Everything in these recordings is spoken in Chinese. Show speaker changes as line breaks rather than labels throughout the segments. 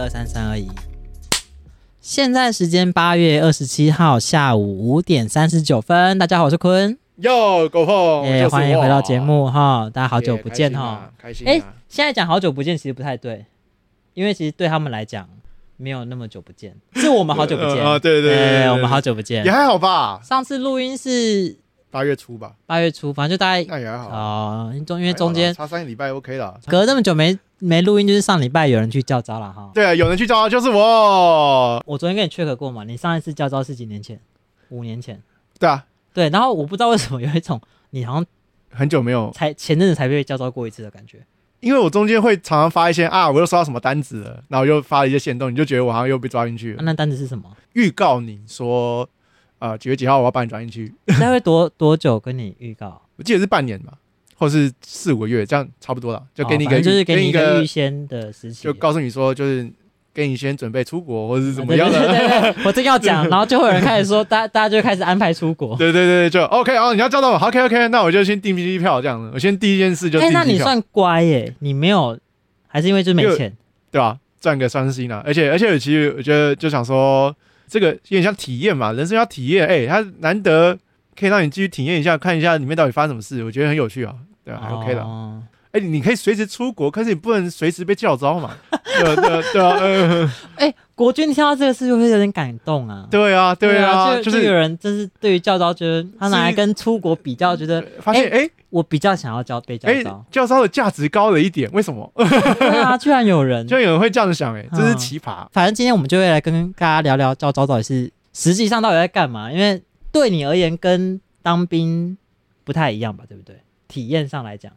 二三三二一。现在时间八月二十七号下午五点三十九分，大家好，我是坤，
哟，狗碰，
耶、
就是
哎欢迎
哦我
回到节，目哈，大家好久不见哈
哈。，开心啊
哎、
开心啊
现在讲好久不见其实不太对，因为其实对他们来讲没有那么久不见，是我们好久不见
呃呃对对对对对
哎
对
我们好久不见
也。还好吧，
上次录音是
八月初吧，
八月初，反正就大概
那也还哎好，
哦，中因
因
为中间
差三个礼拜 OK 了。
隔那么久没没录音，就是上礼拜有人去教招了哈。
对，啊有人去招就是我，
我昨天跟你 check 过嘛，你上一次教招是几年前？五年前。
对啊，
对，然后我不知道为什么有一种你好像
很久没有，
才前阵子才被教招过一次的感觉。
因为我中间会常常发一些啊，我又收到什么单子了，然后又发了一些线动，你就觉得我好像又被抓进去
啊
了。
那单子是什么？
预告你说，呃，几月几号我要把你抓进去，
大概多多久跟你预告？
我记得是半年吧，或是四五个月，这样差不多了，就给你一
哦
个
反
预，
正就是给
你
你
一
一个
个
预，先的时期，
就告诉你说，就是给你先准备出国或者是
啊
怎么样的。
对对对对，我正要讲，然后就会有人开始说，大大家就开始安排出国。
对对对，就 OK 哦，你要叫到我，OK OK，那我就先订机票这样子。我先第一件事就
哎、
订
那
机
你
票，
算乖耶，你没有，还是因为就是没
因为
钱？
对吧、赚个三星啊，而且而且其实我觉得就想说，这个有点像体验嘛，人生要体验，哎、它难得可以让你继续体验一下，看一下里面到底发生什么事，我觉得很有趣啊，对吧、还 OK 的。
哦
哎、你你可以随时出国，可是你不能随时被叫招嘛，对对对啊，呃
哎、国军听到这个事就会有点感动啊。
对啊对啊，
就
就
有
是
人真是对于教招，觉得他拿来
是
跟出国比较，觉得
发现哎
我比较想要教被教
哎
招。
叫招的价值高了一点，为什么？
对啊，居然有人。
就有人会这样想、哎，这是
嗯
奇葩，
反正今天我们就会来跟大家聊聊教招到底是实际上到底在干嘛，因为对你而言跟当兵不太一样吧，对不对？体验上来讲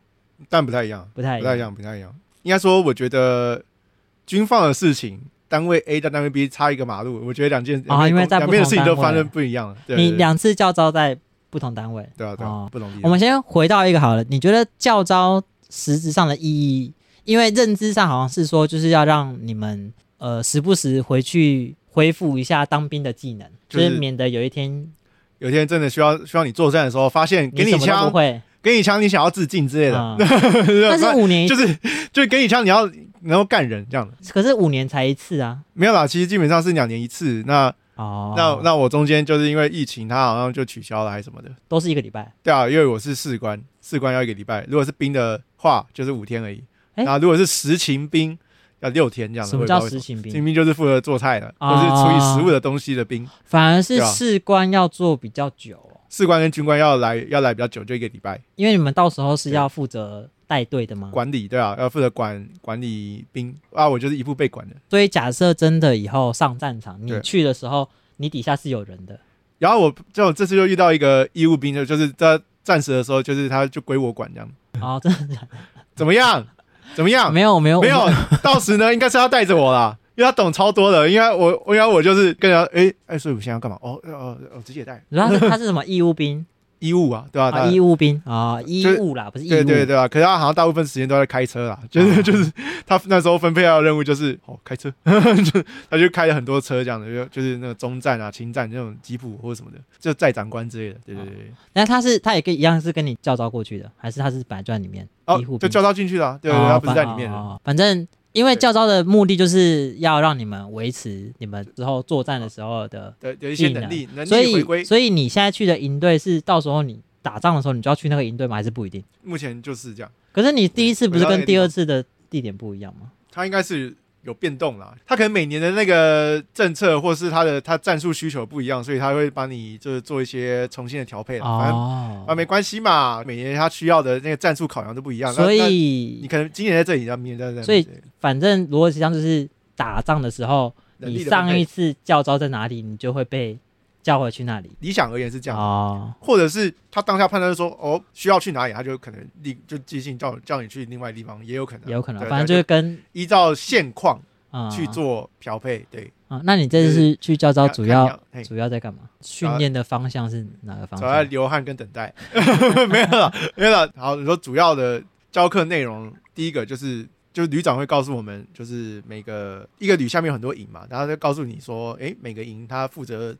但不太一样。
不太一
不太一样，不太一样。应该说，我觉得军放的事情，单位 A 到单位 B 差一个马路，我觉得两件
啊
两件
因为在
两
不
边
同
的事情都
单
发
位
生不一样了。对
你
对
两次教招在不同单位，
对啊对啊
哦，
不同地
我
方。
们先回到一个好了，你觉得教招实质上的意义？因为认知上好像是说，就是要让你们呃时不时回去恢复一下当兵的技能，就、
就是是
免得有一天
有些人真的需要需要你作战的时候，发现给
你什么都
枪
不，会。
给你枪，你想要自尽之类的，
啊。但
但
是五年一，
就是就给你枪，你要能够干人这样的。
可是五年才一次啊。
没有啦，其实基本上是两年一次。那
哦，
那那我中间就是因为疫情，它好像就取消了还是什么的。
都是一个礼拜。
对啊，因为我是士官，士官要一个礼拜，如果是兵的话就是五天而已。
哎
然后如果是实勤兵要六天这样子。
什
我
么
也不知道
叫
为什
实行
勤
兵？
兵就是负责做菜的，
啊
或是处理食物的东西的兵。
反而是
对啊
士官要做比较久哦、
士官跟军官要来要来比较久，就一个礼拜
因为你们到时候是
对
要负责带队的嘛。
管理，对啊，要负责管管理兵啊，我就是一副被管的。
所以假设真的以后上战场，你
对
去的时候，你底下是有人的。
然后我就这次就遇到一个义务兵，就就是在战时的时候，就是他就归我管这样，
哦，真的假
怎么样？怎么
的
样？
没有没有
没
我
有
们，
到时呢，应该是他带着我啦， 因为他懂超多的。因为我，因为我就是跟人家，哎、哎、所以我现在要干嘛？哦，哦，哦，直接带
然后他是他是什么义务兵
衣物啊，对吧、
啊？
啊？
义务兵啊，义
是
务啦，不是义务。
对对对啊，可是他好像大部分时间都在开车啦，就是、
啊
就是他那时候分配到的任务就是哦开车， 就他就开了很多车这样的，就就是那个中战啊、轻战那种吉普或者什么的，就载长官之类的，
哦
对对对，
那他是他也跟一样是跟你叫招过去的，还是他是本来就在里面？
哦、
医护兵
就叫他进去了、对对对，
哦
他不是在
反
里面的，
哦反正因为教招的目的就是要让你们维持你们之后作战的时候的
对，有一些
技能
能力能
所
力回
以，
归，
所以你现在去的营队是到时候你打仗的时候，你就要去那个营队吗？还是不一定？
目前就是这样，
可是你第一次不是
我知道那
跟
个
第
地
二
方
次的地点不一样吗？
他应该是。有变动啦，他可能每年的那个政策或是他的他战术需求不一样，所以他会帮你就是做一些重新的调配啦。反正
哦
啊，没关系嘛，每年他需要的那个战术考量都不一样，那
所
那
以
你可能今年在这里，然后明年在这里，
所以反正逻辑上就是打仗的时候，
能力
你
的
上
分配
一次教招在哪里，你就会被叫回去那里。
理想而言是这样，
哦，
或者是他当下判断说哦需要去哪里，他就可能立就即兴叫叫你去另外地方，也有可能，
也有可能，
对
反正就
对
是跟
依照现况
啊
去做调配，对，
啊。那你这
就
次去教招
然
主要
主
主要在干嘛？训练的方向是哪个方
要
向？
流汗跟等待， 没有了，没有了。好，你说主要的教课内容，第一个就是。就是旅长会告诉我们，就是每个一个旅下面有很多营嘛，然后就告诉你说，诶，每个营他负责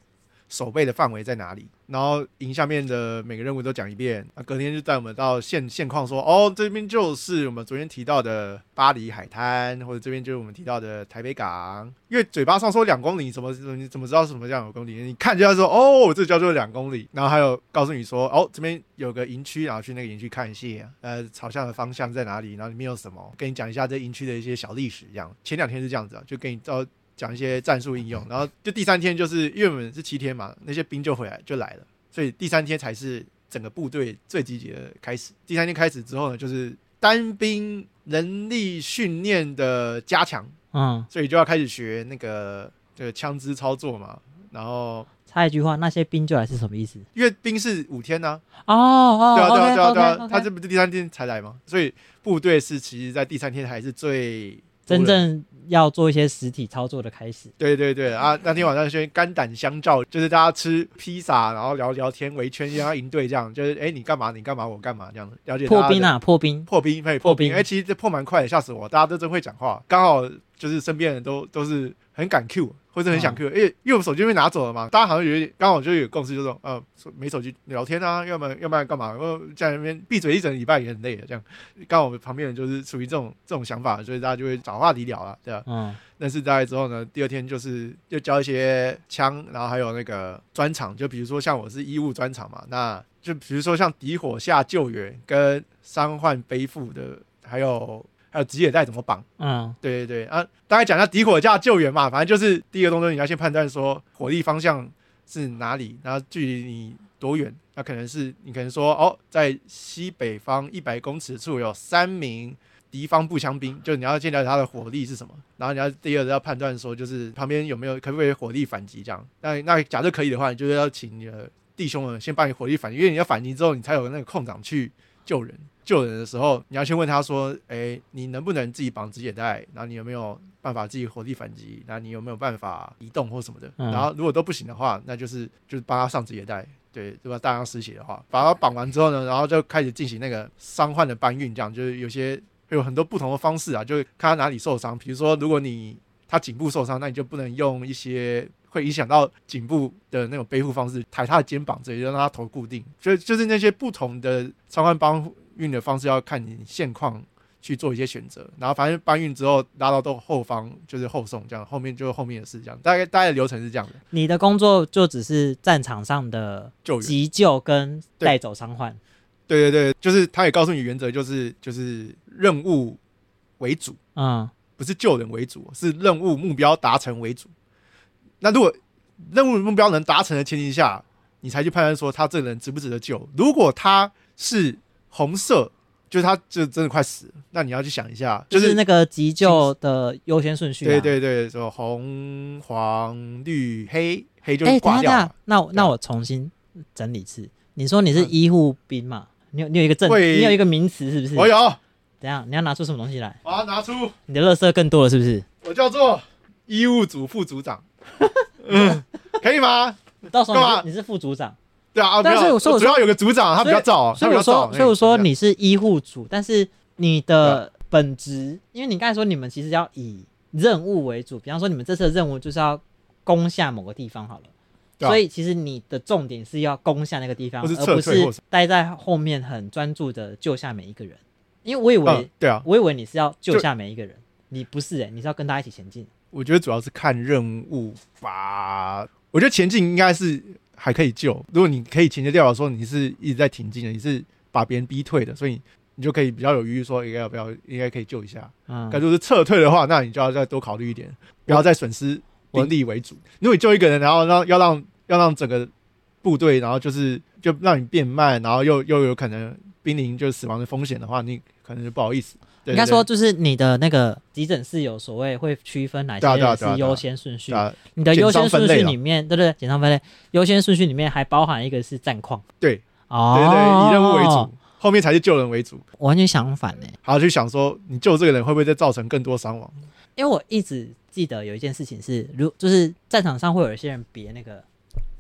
守备的范围在哪里，然后营下面的每个任务都讲一遍，啊，隔天就带我们到现现况说，哦，这边就是我们昨天提到的巴黎海滩，或者这边就是我们提到的台北港，因为嘴巴上说两公里，怎么你怎么知道什么叫两公里？你看就要说，哦， 这叫做两公里，然后还有告诉你说，哦，这边有个营区，然后去那个营区看一下，呃，朝向的方向在哪里，然后里面有什么，跟你讲一下这营区的一些小历史，这样。前两天是这样子啊，就给你到讲一些战术应用，然后就第三天就是因为我们是七天嘛，那些兵就回来就来了，所以第三天才是整个部队最积极的开始。第三天开始之后呢，就是单兵人力训练的加强，
嗯，
所以就要开始学那个这个枪支操作嘛。然后
插一句话，那些兵就来是什么意思？
因为兵是五天呢、啊
哦哦，
对啊，对啊，对啊，
OK，OK，
对啊，他
OK
这不是第三天才来吗？所以部队是其实在第三天还是最
真正要做一些实体操作的开始。
对对对啊！那天晚上先肝胆相照，就是大家吃披萨，然后聊聊天，围圈然后营队这样，就是哎你干嘛你干嘛我干嘛这样子，了解大
破
家的
冰啊，破冰，
破冰嘿
破
破
冰
冰哎、其实这破蛮快的，吓死我！大家都真会讲话，刚好就是身边人都都是很敢 Q 或者很想
嗯
Q，、因为因为我们手机被拿走了嘛，大家好像有一点刚好就有共识，就是说呃说没手机聊天啊，要不然要不然干嘛？呃在那边闭嘴一整礼拜也很累的，这样刚好我们旁边人就是属于这种这种想法，所以大家就会找话题聊了，对吧、
嗯，
认识大概之后呢，第二天就是就教一些枪，然后还有那个专场，就比如说像我是医务专场嘛，那就比如说像敌火下救援跟伤患背负的，还有还有职业带怎么绑，
嗯，
对对对啊，大概讲一下敌火下救援嘛，反正就是第一个动作你要先判断说火力方向是哪里，然后距离你多远，那可能是你可能说哦，在西北方一百公尺处有三名。敌方步枪兵，就你要先了解他的火力是什么，然后你要第二个要判断说，就是旁边有没有可不可以火力反击这样。那那假设可以的话，你就是要请你的弟兄们先帮你火力反击，因为你要反击之后，你才有那个空档去救人。救人的时候，你要先问他说：“哎、你能不能自己绑止血带？然后你有没有办法自己火力反击？然后你有没有办法移动或什么的？
嗯
然后如果都不行的话，那就是就是帮他上止血带，对，对吧？大量失血的话，把他绑完之后呢，然后就开始进行那个伤患的搬运，这样就是有些会有很多不同的方式啊，就是看他哪里受伤。比如说，如果你他颈部受伤，那你就不能用一些会影响到颈部的那种背负方式，抬他的肩膀之类的，让他头固定。所以就是那些不同的伤患搬运的方式，要看你现况去做一些选择。然后反正搬运之后拉到到后方就是后送，这样后面就是后面的事，这样大概大概流程是这样的。
你的工作就只是战场上的
救援，
急救跟
对
带走伤患。
对对对，就是他也告诉你原则，就是就是任务为主，
嗯，
不是救人为主，是任务目标达成为主。那如果任务目标能达成的前提下，你才去判断说他这个人值不值得救。如果他是红色，就是他就真的快死了，那你要去想一下，就
就是是那个急救的优先顺序、啊。
对。对对，什么红、黄、绿、黑，黑就
哎、等
是
一
挂
下，
掉
等一
了
下。，那我那我重新整理一次。你说你是医护兵嘛？你有你有一个证，
嗯会
你有一个名词是不是？
我有，
等一下你要拿出什么东西来？
我要拿出，
你的垃圾更多了是不是？
我叫做医务组副 组长，嗯，可以吗？
到时候你
干嘛
是你是副组长，
对啊，啊
但
没有
是我说我
主要有个组长，他比较早，啊
所以我
他比较
说
早，
所以我说
哎
你是医护组，但是你的本职，因为你刚才说你们其实要以任务为主，比方说你们这次的任务就是要攻下某个地方好了。
对啊
所以其实你的重点是要攻下那个地方，
或是
而
撤退
不是
或是
待在后面很专注的救下每一个人。因为我以为、
嗯，对啊，
我以为你是要救
就
下每一个人，你不是哎、你是要跟大家一起前进。
我觉得主要是看任务吧。我觉得前进应该是还可以救，如果你可以前接掉的时候，你是一直在挺进的，你是把别人逼退的，所以你就可以比较有余裕说应该要不要，应该可以救一下。
嗯
但，如果是撤退的话，那你就要再多考虑一点，不要再损失
我
兵力为主。如果你救一个人，然后让要让要让整个部队，然后就是就让你变慢，然后又又有可能濒临就死亡的风险的话，你可能就不好意思。对
应该
对
说就是你的那个急诊室有所谓会区分哪些
对啊对啊
人
对啊
是
对啊
优先顺序
对，啊
你的优先顺
简章
序
分类啊啦
里面，对不对？简单分类，优先顺序里面还包含一个是战况，
对
哦，
对对，以任务为主，，后面才是救人为主。
我完全相反欸呢、
然后去想说，你救这个人会不会再造成更多伤亡？
因为我一直记得有一件事情是，如就是战场上会有一些人别那个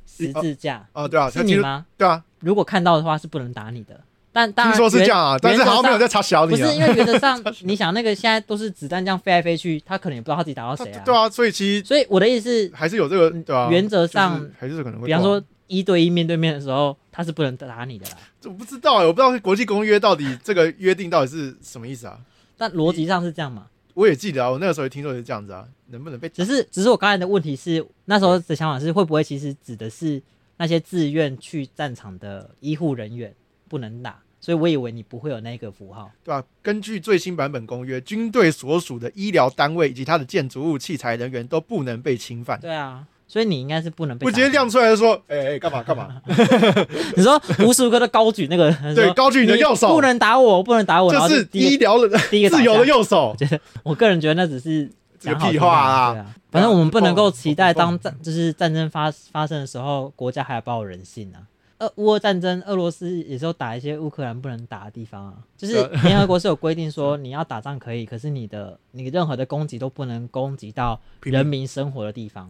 十字架，
哦，对啊，
是
他
你
听说
吗？
对啊，
如果看到的话是不能打你的，但当
听
然
说是
原
这样啊，但是
原则
好像没有
上
在插小
不
你啊
是。因为原则 上，你想那个现在都是子弹这样飞来飞去，他可能也不知道他自己打到谁啊。
对啊，所以其实
所以我的意 思
还是有这个
嗯
对啊，
原则
就是
上
还是可能会。
比方说，一对一面对面的时候，他是不能打你的啦。
我不知道欸，我不知道国际公约到底这个约定到底是什么意思啊？
但逻辑上是这样嘛？
我也记得啊，我那个时候也听说是这样子啊，能不能被？
只是只是我刚才的问题是，那时候的想法是会不会其实指的是那些自愿去战场的医护人员不能打，所以我以为你不会有那个符号。
对吧、根据最新版本公约，军队所属的医疗单位以及它的建筑物、器材、人员都不能被侵犯。
对啊，所以你应该是不能被。
我直接亮，出来就说：“哎、哎，干嘛干嘛？
你说无时无刻的高举那个，
对，
说
高举你的
你
右手
不，能打我，不能打 我，然
这
后
是
第一
医疗的
第一个打
自由的
架
右手。
我个人觉得那只是
这个
讲好
屁
听
话
而已
啊
对啊，反正我们不能够期待
不蹦
当战就是战争发发生的时候，国家还要保有人性啊。俄乌俄战争，俄罗斯也是有打一些乌克兰不能打的地方啊。就是
对
联合国是有规定 说，你要打仗可以，可是你的你任何的攻击都不能攻击到
平民
人民生活的地方。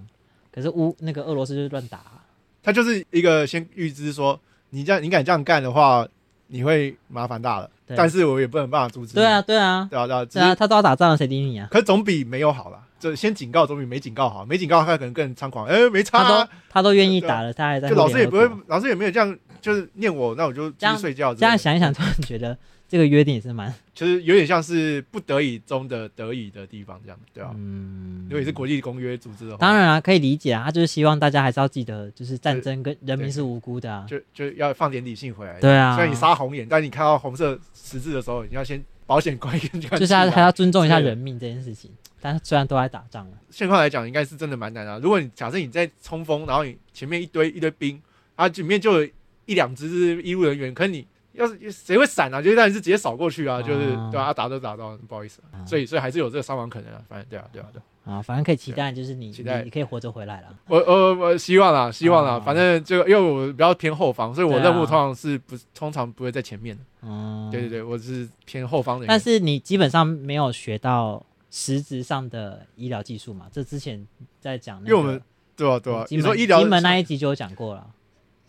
可是乌那个俄罗斯就是乱打啊、”
他就是一个先预知说，你这样你敢这样干的话，你会麻烦大了。
对
但是我也不能办法阻止。
对，啊，对啊，
对啊，对啊，只
对
是
啊，他都要打仗了，谁理你啊？
可是总比没有好啦，就先警告总比没警告好，没警告他可能更猖狂。哎、没
他
差、啊
都，他都愿意
对啊
打了，他还在
就
乎
老师也
联
不
合
会
国，
老师也没有这样就是念我，那我就继
这
续
样
睡觉之类的。
这样想一想，突然觉得这个约定也是蛮
其实有点像是不得已中的得已的地方，这样对吧、啊
嗯
如果你是国际公约组织的话，
当然啊，可以理解啊，他就是希望大家还是要记得，就是战
对
争跟人民是无辜的啊。
就就要放点理性回来。、
对啊
虽，然你杀红眼，但你看到红色十字的时候，你要先保险观念就
就是还还要尊重一下
之类的
人命这件事情。但虽然都在打仗了，啊
现况来讲，应该是真的蛮难啊。如果你假设你在冲锋，然后你前面一堆一堆兵，啊，里面就有一两只是医务人员，可是你要是谁会闪啊？就是当然是直接扫过去啊，就是、
啊
对啊，打都打到，不好意思、啊，
啊
所以所以还是有这个伤亡可能啊。反正对啊，对啊，对啊
啊，反正可以期待，就是你
期待
你你可以活着回来了。
我我我希望啦，希望啦，
啊
反正就因为我比较偏后方，所以
对
我
啊
任务通常是不通常不会在前面的。
嗯，
对对对，我是偏后方的人。
但是你基本上没有学到实质上的医疗技术嘛？这之前在讲那个，
因为我们对啊对啊，
金
你
门
说医疗
金门那一集就有讲过了。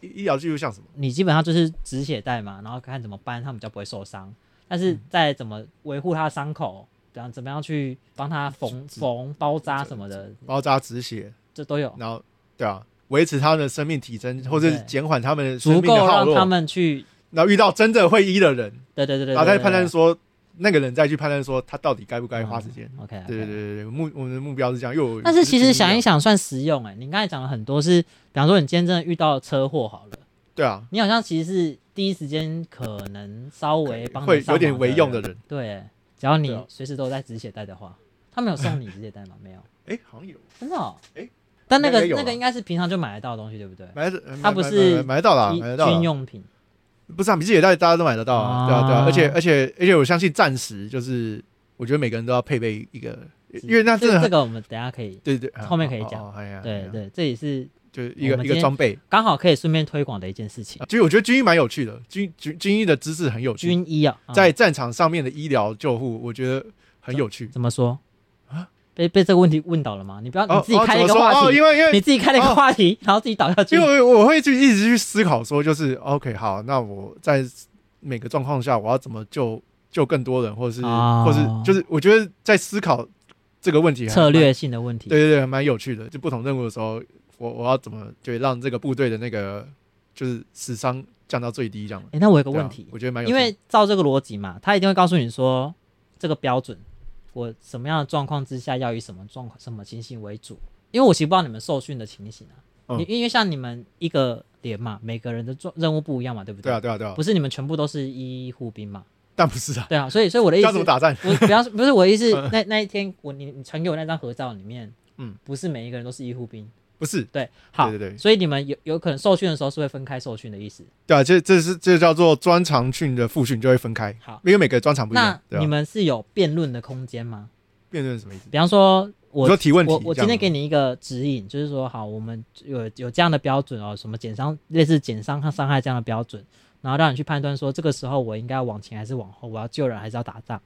医医疗技术像什么？
你基本上就是止血带嘛，然后看怎么搬，他们比较不会受伤。但是在怎么维护他的伤口，怎样怎么样去帮他缝缝包扎什么的，
包扎止血，
这都有
然后对啊，维持他们的生命体征，或者是
哦嗯对
减缓他们生
足
命
够
的耗
让
弱
他。们去。
然后遇到真的会医的人，
对对对对，
然后再
在
判断说那个人再去判断说他到底该不该花时间。
OK，
对对对对对，目我们的目标是这样，因为我
嗯但是其实想一
想，
想，算实用哎、你刚才讲了很多是，比方说你今天真的遇到车祸好了，
对啊，
你好像其实是第一时间可能稍微帮
会
得上
啊有点
忙
为用的。人，
对欸，只要
对
你
啊
随时都有带止血带的话，他们有送你止血带吗？没有。
哎，好像有
真的、哦？
诶
但那个
应该有啊
那个应该是平常就买得到的东西，对不对？
买的，
它不是
买买买得到啦，
一
啊买得到
军
啦，
用品，
不是啊，笔记也大大家都买得到啊，
啊
对啊对啊，而且而且而且我相信暂时就是，我觉得每个人都要配备一个，因为那真
这
的
这
很
个我们等一下可以，
对对，啊
后面可以讲
哦哦哎呀哎
对
呀
对，这也是
就是一个
我们今
一个
天
装备，
刚好可以顺便推广的一件事情。
就是我觉得军医蛮有趣的，军军军医的知识很有趣，
军医啊，啊
在战场上面的医疗救护，我觉得很有趣。
怎么说？被被这个问题问倒了吗？你不要啊你
啊哦
自己开了一个
哦怎么说
话
哦，
题，
因为因
你
为
自己开了一个话题，然后自己倒下去
因。为我我会去一直去思考说，就是 OK 好，那我在每个状况下，我要怎么救救更多人，或者是、
哦
或是就是我觉得在思考这个问题还
策略性的问题，
对对对，蛮有趣的。就不同任务的时候，我我要怎么对让这个部队的那个就是死伤降到最低这样。
诶那我有个
对啊
问题，
我觉得蛮有趣
因
的，
为照这个逻辑嘛，他一定会告诉你说这个标准，我什么样的状况之下要以什么状况、什么情形为主。因为我其实不知道你们受训的情形啊，
嗯
你因为像你们一个连嘛，每个人的状任务不一样嘛，对不
对啊对啊对啊
不，是你们全部都是医护兵嘛？
但不是啊，
对啊，所以所以我的意
要怎么
思，
打战？
我比方说不是我的意思
嗯，
那那一天我你你传给我那张合照里面，
嗯，
不是每一个人都是医护兵，
不是，
对，好，
对对对
所以你们有有可能受训的时候是会分开受训的意思。
对啊，这这是这叫做专长训的复训就会分开，
好，
因为每个专长不一样
那。
对啊
你们是有辩论的空间吗？
辩论是什么意思？
比方说
你
我
说提问题
我我
这
今天
样吗
给你一个指引，就是说，好，我们有有这样的标准哦，什么减伤，类似减伤和伤害这样的标准，然后让你去判断说，这个时候我应该往前还是往后，我要救人还是要打仗，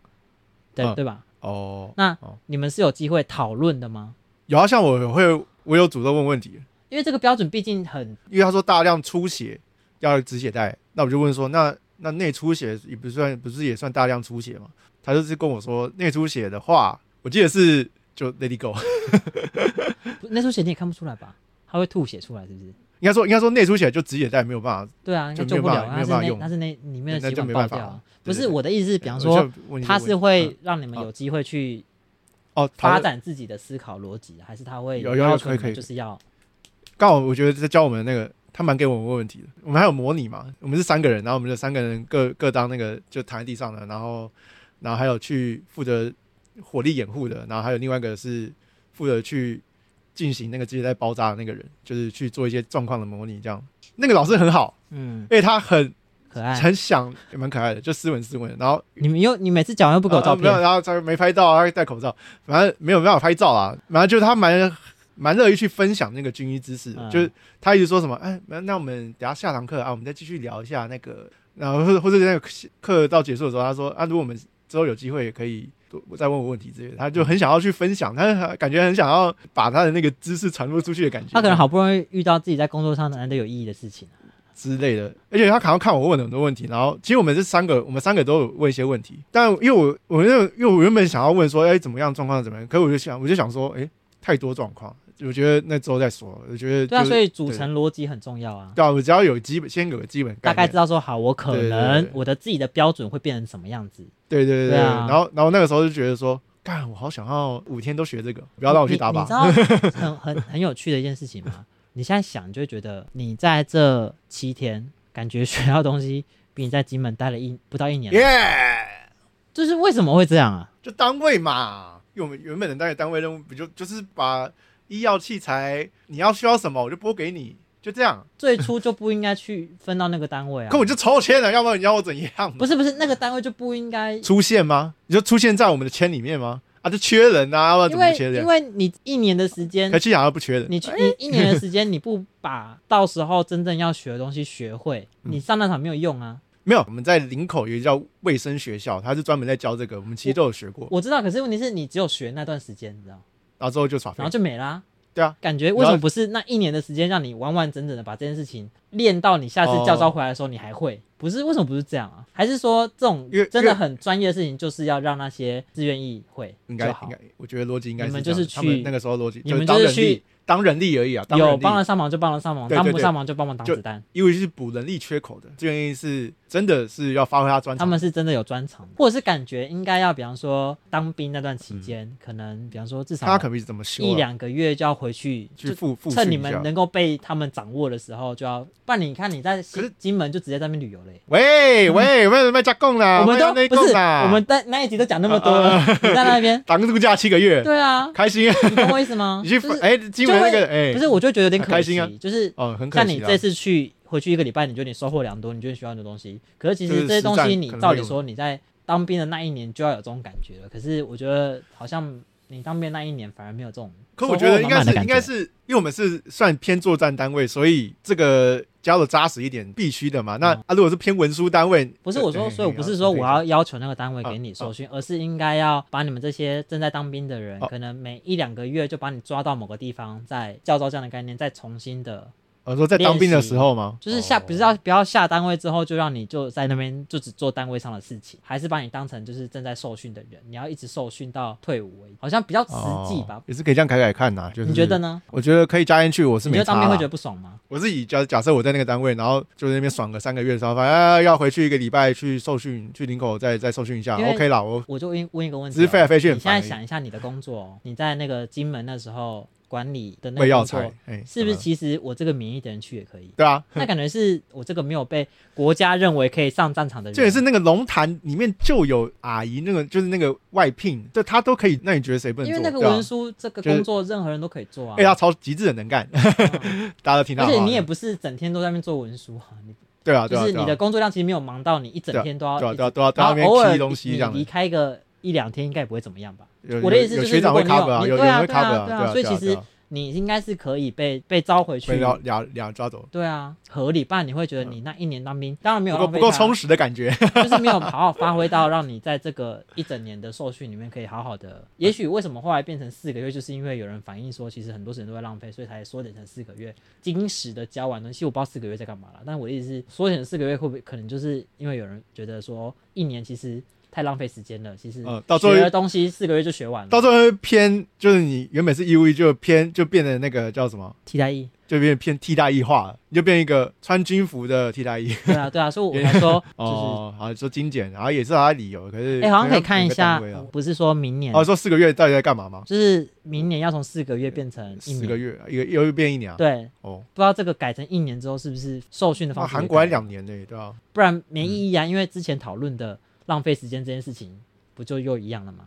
对、
嗯
对吧？
哦，
那、
哦
你们是有机会讨论的吗？
有啊，像我会我有主动问问题，
因为这个标准毕竟很
因为他说大量出血要止血带，那我就问说，那那内出血也不算，不是也算大量出血嘛？他就是跟我说，内出血的话，我记得是就 Lady Go，
不那出血你也看不出来吧？他会吐血出来是不是？
应该说应该说内出血就止血带没有办法。
对啊，应该
就没
救
有
不
办
了，
法
他是
没有办法
那
用
他是那里面的血
那就
管
没
爆
办
掉
法
啊。不
对
是
对对
我的意思是，比方
我
说
就问你
他是会让你们
嗯
有机会去
哦，
发
他
展自己的思考逻辑，还是他会
有有有
要求
可以
你
可以
们就是要
刚好我觉得在教我们那个，他蛮给我们问问题的。我们还有模拟嘛，我们是三个人，然后我们就三个人各各当那个就躺在地上的，然后然后还有去负责火力掩护的，然后还有另外一个是负责去进行那个直接在包扎的那个人，就是去做一些状况的模拟这样。那个老师很好，
嗯
因为他很
可爱？
很想，也蛮可爱的，就斯文斯文的。然后
你们又你每次讲又不给我照
啊没有
片，
然后他没拍到，他戴口罩，反正没有办法拍照啊。反正就是他蛮蛮乐于去分享那个军医知识的，
嗯
就是他一直说什么，哎，那那我们等一下下堂课啊，我们再继续聊一下那个，然后或者或者那个课到结束的时候，他说啊，如果我们之后有机会也可以多再问我问题之类的，他就很想要去分享，他感觉很想要把他的那个知识传播出去的感觉，
他可能好不容易遇到自己在工作上难得有意义的事情啊。
之类的，而且他好像看我问了很多问题，然后其实我们这三个，我们三个都有问一些问题，但因为我我那因为我原本想要问说，哎、怎么样状况怎么样，可我就想我就想说，哎、太多状况，我觉得那之后再说，我觉得
对啊，
就
所以组成逻辑很重要啊。
对啊，我只要有基本先有个基本
大
概
概
念
知，道说好，我可
对对
能
对
我的自己的标准会变成什么样子。
对对对
对啊
然后然后那个时候就觉得说，干，我好想要五天都学这个，不要让我去打
你
靶
你知，道很很很有趣的一件事情吗？你现在想，你就会觉得你在这七天感觉学到东西，比你在金门待了一不到一年，
耶
就是为什么会这样啊？
就单位嘛，因为我们原本的那个单位任务不就就是把医药器材你要需要什么我就拨给你，就这样。
最初就不应该去分到那个单位啊。
可我就抽签了，要不然你要我怎样？
不是不是那个单位就不应 该，因
出现吗？你就出现在我们的签里面吗？啊，就缺人啊，要不然怎么
为
不缺
因
人？
为你一年的时间
可，气好像不缺人，
你去你一年的时间，你不把到时候真正要学的东西学会，
嗯
你上那场没有用啊。
没有。我们在林口有一个叫卫生学校，它是专门在教这个，我们其实都有学过。
我知道，可是问题是你只有学那段时间，你知道，
然后之后就耍废
然后，就没啦、
对啊，
感觉为什么不是那一年的时间让你完完整整的把这件事情练到你下次
哦
教招回来的时候你还会？不是为什么不是这样啊？还是说这种
因为
真的很专业的事情，就是要让那些自愿意会
应该
就好
应？该，我觉得逻辑应该
你们
这样
就是
他们
去
那个时候逻辑，
你们
当
就是
人力
去
当人力而已啊，当
有
人力
帮得上忙就帮得上忙，
对
帮
对
不
对
上忙就帮忙挡
就
子弹。
因为是补人力缺口的，这个原因是真的是要发挥他专
他
长。
们是真的有专长，或者是感觉应该要，比方说当兵那段期间，可能比方说至
嗯他
少
可能一直怎么修
一
啊，
两个月就要回去，
去
就
复复
趁
训
你
一下
们能够被他们掌握的时候，就要，不然你看你在
可是
金金门就直接在那边旅游嘞、
喂喂，为什么加供啦？
我们都
不要内
不是，
供啦啊
我们在那一集都讲那么多了，你在那边，
挡度假七个月，
对 啊，
开心啊
你懂我意思吗？
你
就
去
是
哎，金门那个哎，
不是，我就觉得有点
很
可
开心
惜
啊，
就是
哦，很可
像
惜
你
啦
这次去回去一个礼拜，你觉得你收获良多，你觉得你学到很多东西，可是其
就
实
是
这些东
实
西
战
你
可能
照
会
理
有
说你在当兵的那一年就要有这种感觉了，可是我觉得好像你当兵那一年反而没有这种
可
收
我
获
觉得应
满满
该是
的感
应该
觉。
是，因为我们是算偏作战单位，所以这个教的扎实一点，必须的嘛。那、
嗯
啊，如果是偏文书单位，
不是
对
我说，
对
所以我
对
不是
对
说我
对
要要求那个单位给
啊
你
啊
受训，而是应该要把你们这些正在当兵的人
哦，
可能每一两个月就把你抓到某个地方，再教招这样的概念，再重新
啊
的，
我哦说在当兵的时候吗？
就是下
哦
不是要不要下单位之后就让你就在那边就只做单位上的事情，还是把你当成就是正在受训的人，你要一直受训到退伍为止，好像比较实际吧
哦？也是可以这样改改看呐、就是
你觉得？呢？
我觉得可以加进去，我是
你觉
没
得
差
当兵会
啦
觉得。不爽吗？
我是以假假设我在那个单位，然后就在那边爽个三个月的时候，反正、啊要回去一个礼拜去受训，去林口再再受训一下
因为
，OK 啦，我
我就问问一个问题哦，
只是飞来飞去很
你现在
烦而已
想一下你的工作哦，你在那个金门那时候管理的那
喂
个
药
工作
材，，哎，
是不是？
怎么了？，
其实我这个免疫的人去也可以
对啊，
那感觉是我这个没有被国家认为可以上战场的人，
这也是那个龙潭里面就有阿姨，那个就是那个外聘，这他都可以。那你觉得谁不能
因
做？
为那个
对啊
文书这个
就是
工作任何人都可以做啊
哎、，他超极致的能干，
嗯
大家都听到
而
好。
且你也不是整天都在那边做文书啊，你
对啊，对
就
啊，
是
对
你
啊，
的工作量其实没有忙到你一整天都
对
要
啊，
一
对啊，
直，
对啊，对
然
啊，
后
那边
偶尔
踢东
你
西这样
你离
的。
开个一两天应该也不会怎么样吧？
有
我的意思就
有有
是
学长
如果
会
你有
cover 啊，
你
有有
对
人
啊
会
对啊
cover
对啊
对啊，
所以
对啊
其实
对啊
你应该是可以被被招回去
被。俩俩俩抓走，
对啊，合理，不然你会觉得你那一年当兵，当然没有
嗯
啊
不够
浪
不
费
够
它
充实的感觉。
就是没有好好发挥到让你在这个一整年的受训里面可以好好 的。也许为什么后来变成四个月，就是因为有人反映说，其实很多时间都在浪费，所以才缩减成四个月。精实的教完东西，我不知道四个月在干嘛了。但我的意思是，缩减成四个月会不会可能就是因为有人觉得说，一年其实太浪费时间了，其实
嗯到最后
学啊的东西四个月就学完了，
到最后会偏就是你原本是义务役，就偏就变得那个叫什么，
替代役。
就变偏替代役化了，你就变一个穿军服的替代役。
对啊，对啊，所以我才说就是。
哦，好说精简，然后也是他的理由，可是
哎、好像可以看一下
每个单位啊，
不是说明年，
哦，说四个月到底在干嘛吗？
就是明年要从四个月变成一
四个
年，
月，一个又变一年啊。
对，
哦，
不知道这个改成一年之后是不是受训的
那
方式会改？
啊韩国还两年呢，对吧？
不然没意义啊！因为之前讨论的浪费时间这件事情，不就又一样了吗？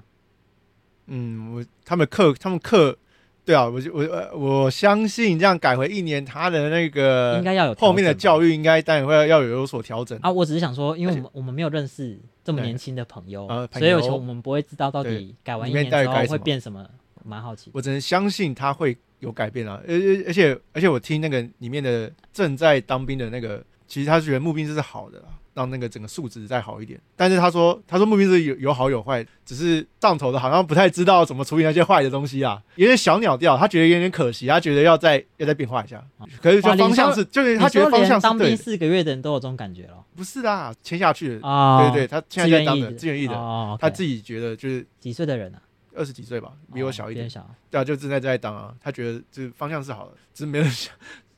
嗯，我他们课，他们课，对啊，我就我呃我相信这样改回一年，他的那个
应该要有
呃后面的教
育
育应该当然会要有所调整。
啊！我只是想说，因为我
而
们我们没有认识这么年轻的朋友，
呃朋
所以有
友
时候我们不会知道到底改完一
里面到底
年之后
改什
会
么
变什么，蛮好奇的。
我只能相信他会有改变啊，而而而且而且我听那个里面的正在当兵的那个，其实他是觉得募兵制是好的啦，让那个整个素质再好一点。但是他说他说募兵制有有好有坏，只是上头的好像不太知道怎么处理那些坏的东西啊，有点小鸟调，他觉得有点可惜，他觉得要再要再变化一下
哦。
可是
哇
就
你
方向
说
是，就是
你
他觉得
说
方
连
向是
当
对
兵
的，
四个月的人都有这种感觉了
不是啊，签下去的，
啊？
对对，他现
自
在
愿
在当
意
的自愿意的，
哦，
他
OK
自己觉得就是
几岁的人啊？
二十几岁吧，比我
哦
小一
比
点
我。小。
对啊，就正在在当啊，他觉得这方向是好的，只是没人想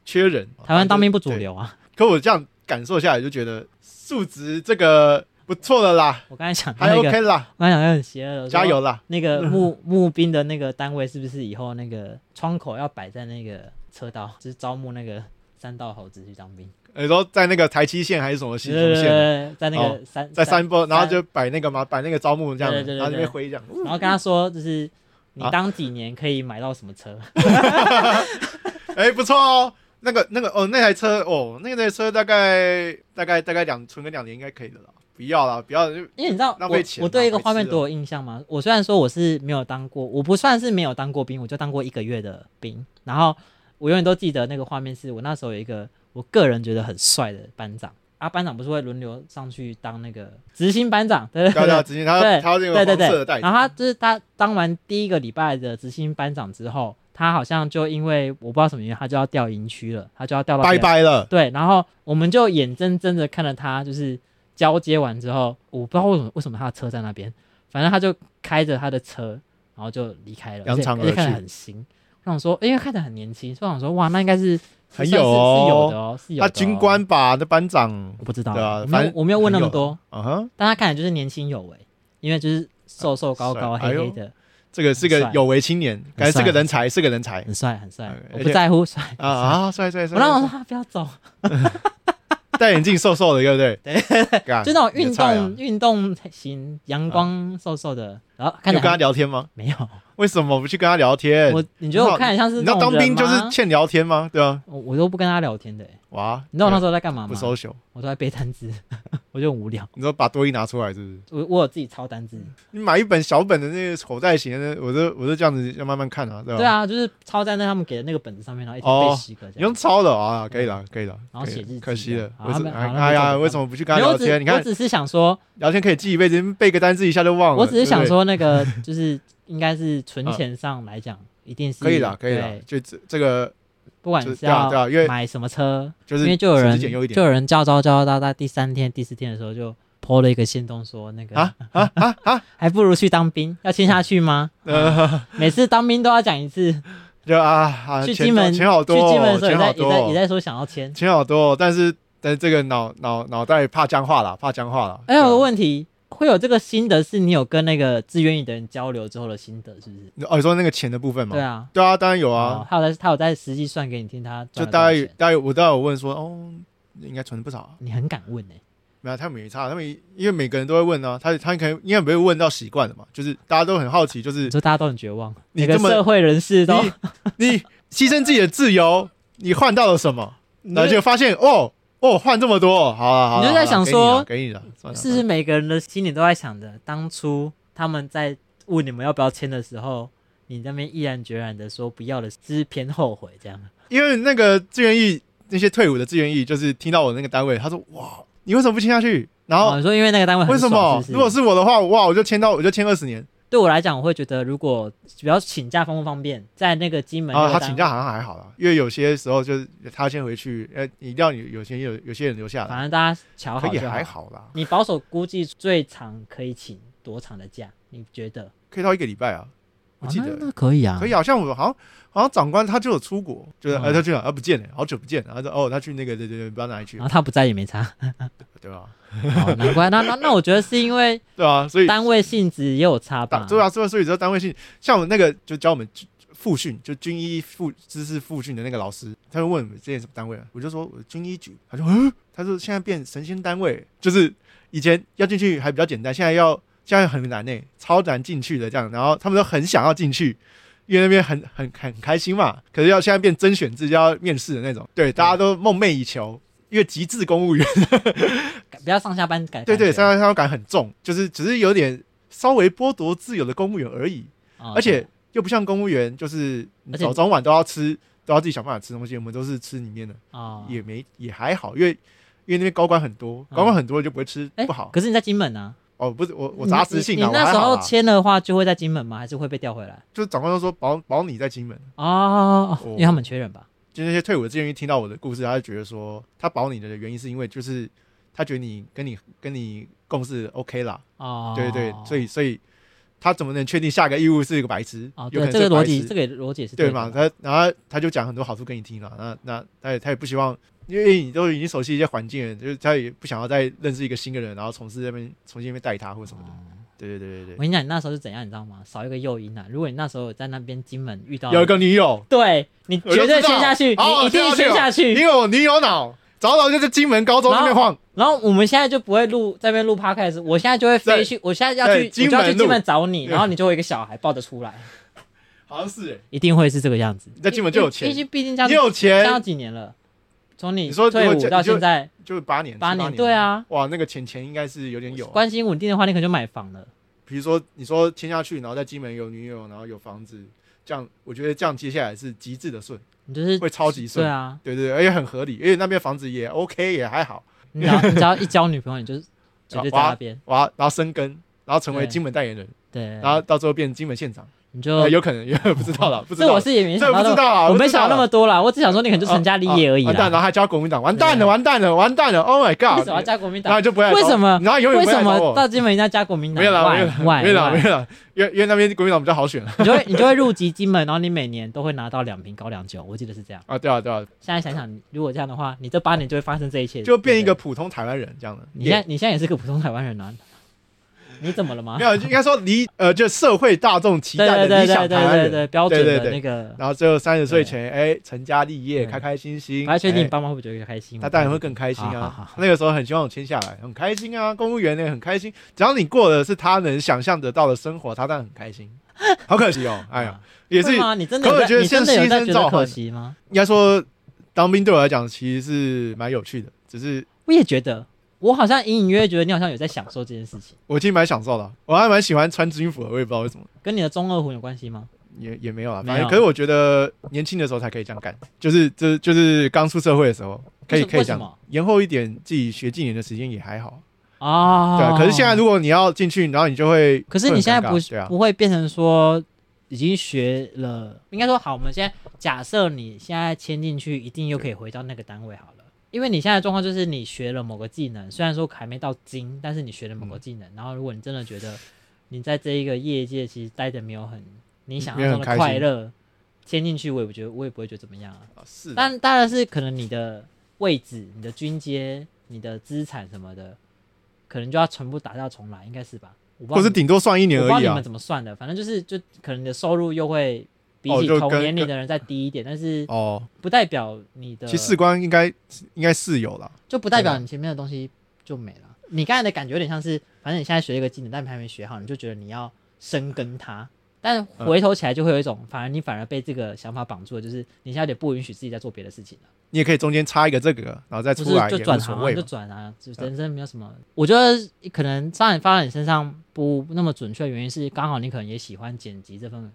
缺人。
台湾当兵不主
对
流啊！
可我这样感受下来，就觉得数值这个不错的啦，
我刚才想到
还
那个，
OK 啦，
我刚才想到很邪恶的，
加油啦！
那 个募募兵的那个单位是不是以后那个窗口要摆在那个车道，就是招募那个山道猴子去当兵？
你说在那个台七线还是什么
对
新
对
竹
对
线，
对，在那个山、
哦在山坡，然后
山
就摆那个嘛，摆那个招募这样，
对对对
然后
对
那边挥这样。
然后跟他说，就是你
啊
当几年可以买到什么车？
哎，不错哦，那个那个哦，那台车哦，那台车大概大概大概两存个两年应该可以的啦。不要啦，不要就
因为你知道
浪
我
费钱
我
啊
对一个
白
画面
痴
多有印象吗？我虽然说我是没有当过，我不算是没有当过兵，我就当过一个月的兵。然后我永远都记得那个画面，是我那时候有一个我个人觉得很帅的班长。啊，班长不是会轮流上去当那 个执行班长，对对
不
对
要不
对，
要直接他
对
他要那个
对对
黄色的
对，啊
袋子
然后他就是他当完第一个礼拜的执行班长之后，他好像就因为我不知道什么原因，他就要调营区了，他就要调到别
拜
的
拜了。
对，然后我们就眼睁睁的看着他就是交接完之后，我不知道为什么为什么他的车在那边，反正他就开着他的车，然后就离开了，
扬
而且
长
而且
而
看
去
着很新。我想说，因为看着很年轻，所以我想说，哇，那应该是
很
是算
有
是
哦
是有的哦，是有
他
的、
军，官吧，那班长，
我不知道，
对啊
我
反
没有
正
我没有问那么
很有
多，
啊哈，
但他看起来就是年轻有为，因为就是瘦瘦高
帅
高、
哎
黑
呦
黑的，
这个是
很
个
帅
有为青年，感觉是
帅
个人才，是个人才
很帅很帅
哎，
我
而
不
且
在乎帅
啊，啊，帅帅帅！
我让 我说他不要走，
戴眼镜，瘦瘦的，对不 对？对
就那种运，动
干
运动型、阳光瘦瘦的，然后看
你有
起
跟他
来
聊天吗？
没有。
为什么不去跟他聊天？
我你觉得我
那
看起来像是
哎你知
那
道
种
当兵就
人
是
吗
欠聊天吗？对啊，
我我都不跟他聊天的欸、
哇，
你知道我那时候在干嘛
不
吗？
收手，
我都在背单词， 我就很无聊。
你说把多一拿出来是不是？
我我有自己抄单词，
你买一本小本的那个口袋型的，我就我就这样子要慢慢看啊，对吧？
对，啊，就是抄在那他们给的那个本子上面，然后一
哦
天背十个这样。
你用抄的啊，可以了，可以了，
然后
可以
写
了
日记
可惜
啊
了，
好
为什么
他们好
哎
他
呀，
们
为什么不去跟他
没有，我
聊
只
天？你
我
看
只是想说，
聊天可以记一辈子，背个单词一下就忘了。
我只是想
对不对，嗯
说那个 就是应该是存钱上来讲，一定是
可以啦，可以啦
对，，
就这这个
不管
就是对啊对
要
啊，因为
买什么车，
就是
因为就有
省
人
吃俭用一点
就有人叫招叫到大概第三天、第四天的时候就泼了一个线动说那个
啊啊啊啊！
还不如去当兵，要签下去吗？啊
呃，
每次当兵都要讲一次，
就啊啊，
去
钱
金门
钱好多
去金门的
哦，
时候
钱
也
好
在也
多
在也
哦，
在说想要签。
钱好多哦，但是但是这个脑脑脑袋怕僵化了，怕僵化了。
哎，有个
对啊，
问题，会有这个心得是你有跟那个志愿意的人交流之后的心得是不是？
哦，你说那个钱的部分
对
嘛？
啊，
对啊，当然有
哦
啊，
他有在他有在实际算给你听，他
就
赚了多
大
少
概
钱
大概我大概有问说，哦，应该存了不少啊。
你很敢问哎，
没有，他们没差，他们因为每个人都会问啊，他他可能应该不会问到习惯的嘛，就是大家都很好奇，就是
你说大家都很绝望，
你
每个
这么
社会人士都，
你你牺牲自己的自由，你换到了什么？
你
然后就发现哦哦换这么多，好啊好啊，
你就在
好啊
想
给
说
你啊给你了，算了
是不是每个人的心里都在想着，当初他们在问你们要不要签的时候，你那边毅然决然的说不要的，是偏后悔这样。
因为那个志愿役那些退伍的志愿役，就是听到我那个单位，他说哇，你为什么不签下去？然后、
哦，你说因为那个单位很
为什
爽
么？
是不是
如果是我的话，哇，我就签到，我就签二十年。
对我来讲，我会觉得如果比较请假方不方便，在那个金门
然后
那个
哦啊他
单
请假，好像还好啦，因为有些时候就是啊他先回去，呃，一定要有有些有有些人留下来，
反正大家瞧
可
好
以
就
还好啦，
你保守估计最长可以请多长的假？你觉得？
可以到一个礼拜啊，我记得、
那那可以啊，
可
以
以，好像我好像好像长官他就有出国，就是
嗯
哎、他去哪啊不见了，好久不见，然后说哦他去那个对对对，不知道哪里去
然，后他不在也没 差，
对吧？
哦、难怪。那那那我觉得是因为
对啊，所以
单位性质也有差吧
党，对啊，所以所以只要单位性，像我们那个就教我们军复训，就军医复知识复训的那个老师，他就问我们这些什么单位啊，我就说我军医局，他说嗯，他说现在变神仙单位，就是以前要进去还比较简单，现在要现在很难呢、超难进去的这样，然后他们都很想要进去。因为那边很很很开心嘛，可是要现在变甄选制，就要面试的那种，对，大家都梦寐以求，因为极致公务员。
感不要上下班感。
对对，
感
三三三感很重，就是只是有点稍微剥夺自由的公务员而已，
觉哦
而且又不像公务员，就是你
而且
早中晚都要吃，都要自己想办法吃东西。我们都是吃里面的，
哦，
也没也还好，因为因为那边高官很多，
啊
高官很多就不会吃
哎
不好。
可是你在金门啊，
哦，不是我我
你
杂食性
你
啊，
你
我
那
还
时
好
候
啦。
签的话就会在金门吗？还是会被调回来？
就是长官都说保保你在金门，
哦，
我
因为他们缺人吧？
就那些退伍的志愿役听到我的故事，他就觉得说他保你的原因是因为就是他觉得你跟你跟你共事 OK 啦，
哦，
对对，所以所以他怎么能确定下个义务是一个白痴？
哦，
有
对，
可能
这个
是
逻
白
辑，
痴
这个逻辑也是
对
的
嘛？
吧
他然后他就讲很多好处给你听了，那那他也他也不希望，因为你都已经熟悉一些环境了，就是他也不想要再认识一个新的人，然后从事那边重新那边带他或什么的。对对对对
我
对，
跟你讲，你那时候是怎样，你知道吗？少一个诱因啊！如果你那时候有在那边金门遇到，
有一个女友，
对你
我就
绝对
知道
签下去，
好
你一定
我
签下去。
因为我女友脑早早就在金门高中那边晃，
然后我们现在就不会录在那边录 podcast，我现在就会飞
对
去，我现在要
对
去，
金
我就要去
门
金
录
门找你，
对
然后你就会有一个小孩抱着出来，
好像是欸
一定会是这个样子。
你在金门就有钱
毕竟毕竟这样
你
子，
有
这
钱
样几年了，从你
哎你说
退
如果
伍
这
到
你就
现在
就是八年，
八
七
年，
年，
对，啊，
哇，那个钱钱应该是有点有啊。
关系稳定的话，你可能就买房了。
比如说你说签下去，然后在金门有女友，然后有房子，这样我觉得这样接下来是极致的顺，
你就是
会超级顺
对。啊，
对对，对而且很合理，而且那边房子也 OK，也还好。
你只要你只要一交女朋友，你就是绝对在
哇
那 边，
我要然后生根，然后成为
对
金门代言人，
对，啊
然后到最后变金门县长，
你就
呃有 可能，也不知道了，啊不知
这
道
我
啦，
是也没想
这
到那
不知
么，
道啊，
我
不
没
知道
想到那么
啦
多啦，我只想说你可能就成家立业而已
啊完蛋，
啦。
然后还加国民党，完蛋
对
了，完蛋了，完蛋了，Oh my
为
god！
什么要加国民
然
党？
后你就不会来找我，
为什么
然后永远
为
不会
什
来找
么
我？
到金门一定要加国民党？
没有啦，没有啦，
外
没有啦，没
外，
有啦，因为因为那边国民党比较好选
你就会你就会入籍金门，然后你每年都会拿到两瓶高粱酒，我记得是这样。
啊，对啊，对啊，
现在想想，如果这样的话，你这八年就会发生这一切，
就变一个
对不对。
普通台湾人这样的。
你现在你现在也是个普通台湾人啊，你怎么了吗
没？有，应该说理呃，就社会大众期
对
待
对
的
对对
理
对
想台湾
对
人，
对，标准
对
的
对
那个，
然后最后三十岁
对
前，哎，成家立业，
对
开开心心，
我还确定
哎
你爸妈会不会觉得开心？
他当然会更开心
好好好
啊
好！
那个时候很希望我签下来，很开心啊！公务员呢很开心，只要你过的是他能想象得到的生活，他当然很开心。好可惜哦，哎
啊
呀，也是
会
应
吗？你真的有
可我
在
觉得
你真的
像
有在
牺牲
觉
照
得可
换
惜吗？
该说当兵对我来讲其实是蛮有趣的，只是
我也觉得，我好像隐隐约约觉得你好像有在享受这件事情，
我其实蛮享受的啊，我还蛮喜欢穿军服的，我也不知道为什么，
跟你的中二魂有关系吗？
也也没有啊，
没有
反正可是我觉得年轻的时候才可以这样干，就是这就是刚出社会的时候可以
为什
可以这
为什么
样，延后一点自己学技能的时间也还好，
啊，
对啊。可是现在，如果你要进去，然后你就会，
可是你现在
会
不
很尴尬对啊，
不会变成说已经学了，应该说好，我们现在假设你现在签进去，一定又可以回到那个单位好了。因为你现在的状况就是你学了某个技能，虽然说还没到精，但是你学了某个技
嗯
能。然后如果你真的觉得你在这一个业界其实待的没有很你想象中
没有很开
的
心
快乐，签进去我也不觉得，我也不会觉得怎么样啊。
啊是的。
但当然是可能你的位置、你的军阶、你的资产什么的，可能就要全部打掉重来，应该是吧？我不
或
知
是
道你
顶多算一年
我不知道
而已
你
啊
们。怎么算的，反正就是就可能你的收入又会比
哦
起
就
同
跟
年龄的人再低一点，但是
哦，
不代表你的
其实士官应该应该是有啦。
就不代表
对啊
你前面的东西就没了。你刚才的感觉有点像是，反正你现在学一个技能，但你还没学好，你就觉得你要深耕它。但回头起来就会有一种，反而你反而被这个想法绑住了，就是你现在有点不允许自己在做别的事情了。
你也可以中间插一个这个，哎然后再
不
出
是
来
就
也
转
无
行
所
啊，
谓
就
嘛。
转啊，就人生没有什么。我觉得可能当然发到你身上不那么准确的原因是，刚好你可能也喜欢剪辑这份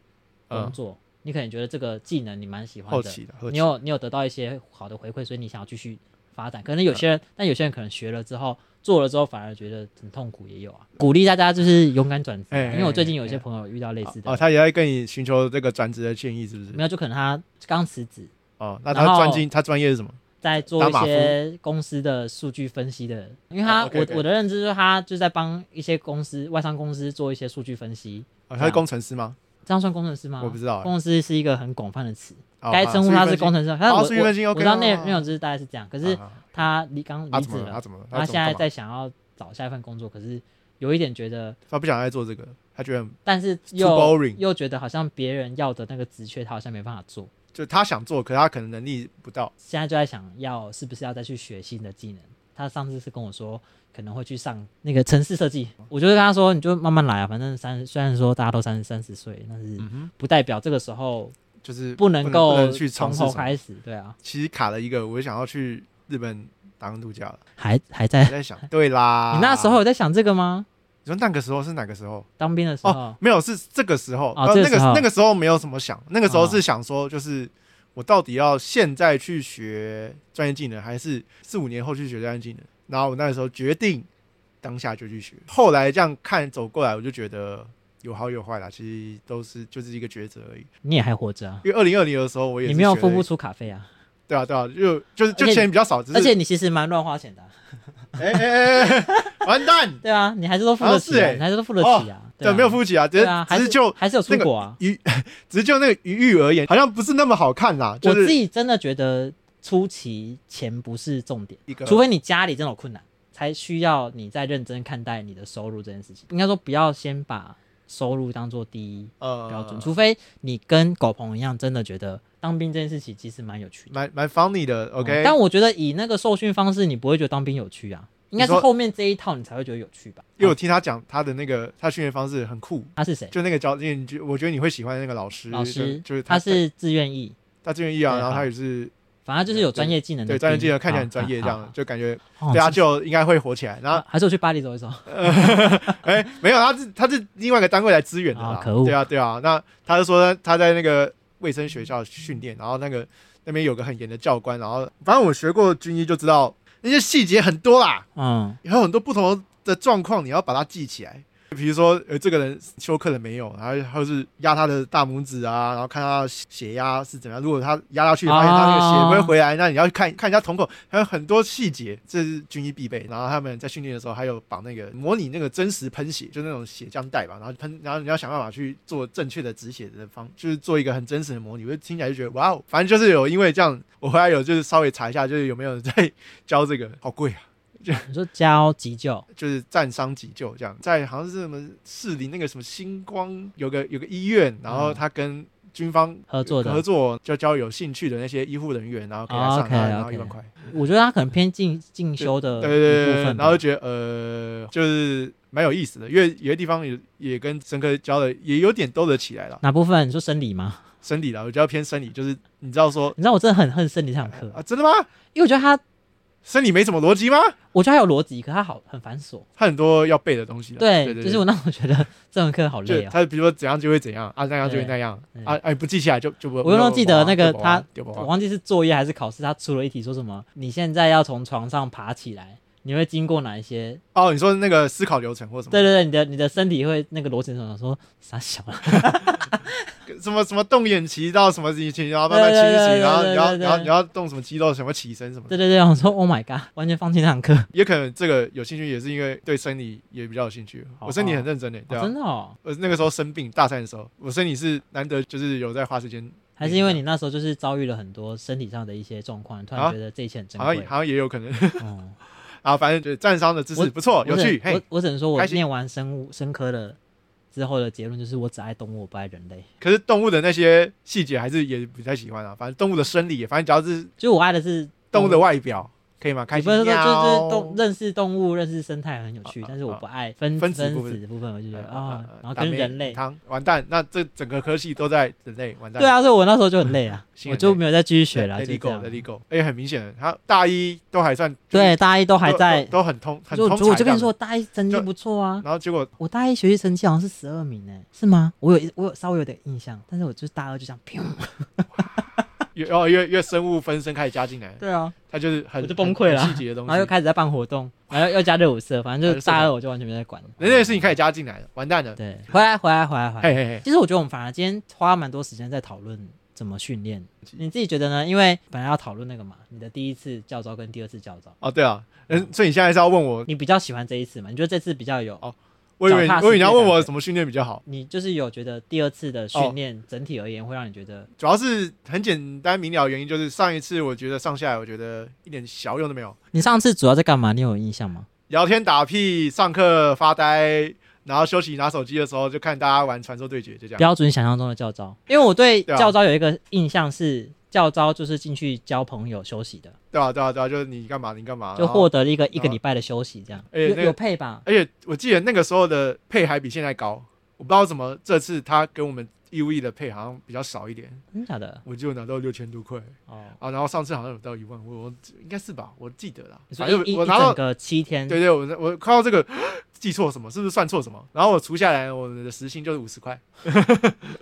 工作，你可能觉得这个技能你蛮喜欢
嗯好
的，
奇的，好
你
奇
有你有得到一些好的回馈，所以你想要继续发展。可
嗯
能有些人，但有些人可能学了之后做了之后反而觉得很痛苦，也有啊。鼓励大家就是勇敢转职啊，
哎哎
因为我最近有一
哎
些
哎
朋友遇到类似的
哦，，他也在跟你寻求这个转职的建议，是不是？
没有就可能他刚辞职，
哦，那
然
他
后
专精，他专业是什么？
在做
打
一
马
些公司的数据分析的，因为他、
哦，OK，OK
我我的认知就是他就在帮一些公司外商公司做一些数据分析，这
哦，他是
样
工程师吗？
这样算工程师吗？
我不知道欸
啊工程师是一个很广泛的词，
哦
该称呼他是工
程
程师。但我
哦数据分析
我我
OK，
知道内
哦
内容知识大概是这样，可
可
是他离刚
他
离
怎
职
么啊了？他
了，
怎么了？
啊他
怎
现
么
在
干嘛
在想要找下一份工作，可是有一点觉得，
他不想再做这个，他觉得很
但是
too
又
boring，
又觉得好像别人要的那个职缺他好像没办法做，
就他想做，可是他可能能力不到。
现在就在想要是不是要再去学新的技能。他上次是跟我说可能会去上那个城市设计，
哦
我就跟他说你就慢慢来啊，反正三虽然说大家都三三十岁，但是
嗯哼，
不代表这个时候
就是
不
能
能够
不能去尝
从
试
头
什么。
开始，对啊，
其实卡了一个，我就想要去日本打工度 假了。
还还
我
在。
在想，对啦，
你那时候有在想这个吗？
你说那个时候是哪个时候？
当兵的时候
哦，，没有，是这个时候。
哦
呃
这个
那个
时候
那个时候没有什么想，那个时候
哦
是想说，就是我到底要现在去学专业技能，还是四五年后去学专业技能？然后我那个时候决定当下就去学。后来这样看走过来，我就觉得有好有坏啦，其实都是就是一个抉择而已。
你也还活着啊，
因为二零二零的时候，我也
你
是
没有
学
付
了
不出卡费啊，
对啊对啊，就就是就
而且
钱比较少，只是
而且你其实蛮乱花钱的啊、
哎哎哎 哎，完蛋，
对啊，你还是都付得起、
好像是
啊，
欸
你还是都付得起啊，
对，
啊
没有付起啊，只
对
是
啊，还
只
是
是就
还是有出
那个
国啊。
只是就那个余裕而言，好像不是那么好看啦，就
我啊自
是
己真的觉得初期钱不是重点，
一个
除非你家里真的有困难，才需要你再认真看待你的收入这件事情。应该说不要先把收入当做第一
呃
标准，除非你跟狗鹏一样，真的觉得当兵这件事情其实蛮有趣的。
蛮蛮 funny 的
嗯
，OK，
但我觉得以那个受训方式，你不会觉得当兵有趣啊，应该是
你说
后面这一套你才会觉得有趣吧？
因为我听他讲他的那个他训练方式很酷，
他是谁？
就那个教练，就我觉得你会喜欢那个老师，
老师，
就就是
他是自愿意，
他志愿意啊，
对
然后
好
他也是
反正就是有专业技能的
对
兵，
专业技能看起来很
啊
专业，这样。就感觉
啊啊啊
对他就应该会火起来。然后
啊还是我去巴黎走一走。
哎， 没有，他是他是另外一个单位来支援的啦
啊。可恶
对啊，对啊。那他就说他在那个卫生学校训练，然后那个那边有个很严的教官，然后反正我学过军医就知道那些细节很多啦，
嗯，
有很多不同的状况，你要把它记起来。比如说，呃，这个人休克了没有？然后或是压他的大拇指啊，然后看他的血压是怎么样。如果他压下去，发现他那个血不会回来，那你要去看看一下瞳孔，还有很多细节，这是军医必备。然后他们在训练的时候，还有绑那个模拟那个真实喷血，就那种血浆袋吧，然后喷，然后你要想办法去做正确的止血的方，就是做一个很真实的模拟。我就听起来就觉得哇哦，反正就是有因为这样，我回来有就是稍微查一下，就是有没有人在教这个，好贵啊。
你说教急救，
就是战伤急救这样，在好像是什么士林那个什么星光有个有个医院，然后他跟军方
嗯合作的
合作，就交有兴趣的那些医护人员，然后给他
哦
上
，OK，
他然后
OK
一万块，
我觉得他可能偏进进修的
对
一
对对对
部
对，
分
然后
吧。
觉得呃就是蛮有意思的，因为有些地方也也跟生科教的也有点兜得起来了，
哪部分？你说生理吗？
生理了，我觉得偏生理，就是你知道说
你知道我真的很恨生理这堂课，
啊真的吗？
因为我觉得他，
生理没什么逻辑吗？
我觉得他有逻辑，可他好很繁琐。
它很多要背的东西啦，对
对，
对，
就是我那时候觉得这堂课好
就
累啊。
他比如说怎样就会怎样啊，那样就会那样
对
啊，哎不记下来就就不。
我永远记得那个他
丢包
我忘记是作业还是考试，他出了一题说什么？你现在要从床上爬起来，你会经过哪一些？
哦，你说那个思考流程或什么
对对对，你的你的身体会那个逻辑什么？说傻小啊，
什么什么动眼期到什么事情，然后慢慢清
对对对
醒，
对
然后
对对
然后
对
然后你要动什么肌肉，什么起身什么
对
的，
对对，我说 Oh my god，完全放弃那堂课，
也可能这个有兴趣也是因为对生理也比较有兴趣。
好
我身体很认真的，对
哦
啊
真，的哦，
我那个时候生病大三的时候，我身体是难得就是有在花时间，
还是因为你那时候就是遭遇了很多身体上的一些状况，突
啊
然觉得这一切很珍
好
贵
像。好像也有可能
嗯，
啊，反正就是战伤的知识不错，有
我只
趣，嘿
我。我只能说，我
开心
念完生物生科的之后的结论就是，我只爱动物，我不爱人类。
可是动物的那些细节还是也不太喜欢啊，反正动物的生理，反正只要是
就是我爱的是嗯
动物的外表，可以吗？开
你不
心
是说就
喵
是动认识动物、认识生态很有趣
啊，
但是我
啊
不爱分
分
分
子
子
部分
部分，我就觉得
呃呃
啊
呃，
然后
打
跟
妹
人类，
汤完蛋，那这整个科系都在人类完蛋。
对，啊，所以我那时候就很累
，
啊
心
我
很
就
累
没有再继续学了，就
Let it
这
go,
样
Let。it go。哎，很明显，他大一都还算
对，，大一都还
都
在
都，都很通很
就
通才
就我就跟你说，我
这样
大一成绩
就
不错啊
的，，然后结果
我大一学习成绩好像是十二名诶、是吗？我有一我有稍微有点印象，但是我就是大二就这样，砰
越哦越越生物分身开始加进来，
对啊，
他就是很
我就崩溃了
很细节的东
然
西。
后又开始在办活动，然后又加热舞社，反正就是大二我就完全没在管了。
人类的事情开始加进来了，完蛋了。
对，回来回来回来回来。
嘿嘿嘿，
其实我觉得我们反而今天花蛮多时间在讨论怎么训练，你自己觉得呢？因为本来要讨论那个嘛，你的第一次教招跟第二次教招，
哦对啊，嗯，所以你现在是要问我，
你比较喜欢这一次嘛？你觉得这次比较有？
哦我以为
脚踏实地
我以为你要问我
感觉
什么训练比较好，
你就是有觉得第二次的训
哦
练整体而言会让你觉得
主要是很简单明了，原因就是上一次我觉得上下来我觉得一点小用都没有，
你上次主要在干嘛？你有印象吗？
聊天打屁，上课发呆，然后休息拿手机的时候就看大家玩传说对决，就 这样。
标准想象中的教招，因为我对
对啊
教招有一个印象是，教招就是进去交朋友、休息的，
对啊，对啊，对啊，就是你干嘛你干嘛，
就
然后
获得了一个一个
然后
礼拜的休息，这样
而且
有
啊哎那个
有配吧？
而且我记得那个时候的配还比现在高，我不知道怎么这次他给我们 U E 的配好像比较少一点，
真的假的？
我就拿到六千多块
哦，
啊，然后上次好像有到一万，我我应该是吧，我记得啦，
你说
反
一
正
一一
我拿
整，
到
个七天，
对对，我我看到这个记错什么，是不是算错什么？然后我除下来我的时薪就是五十块，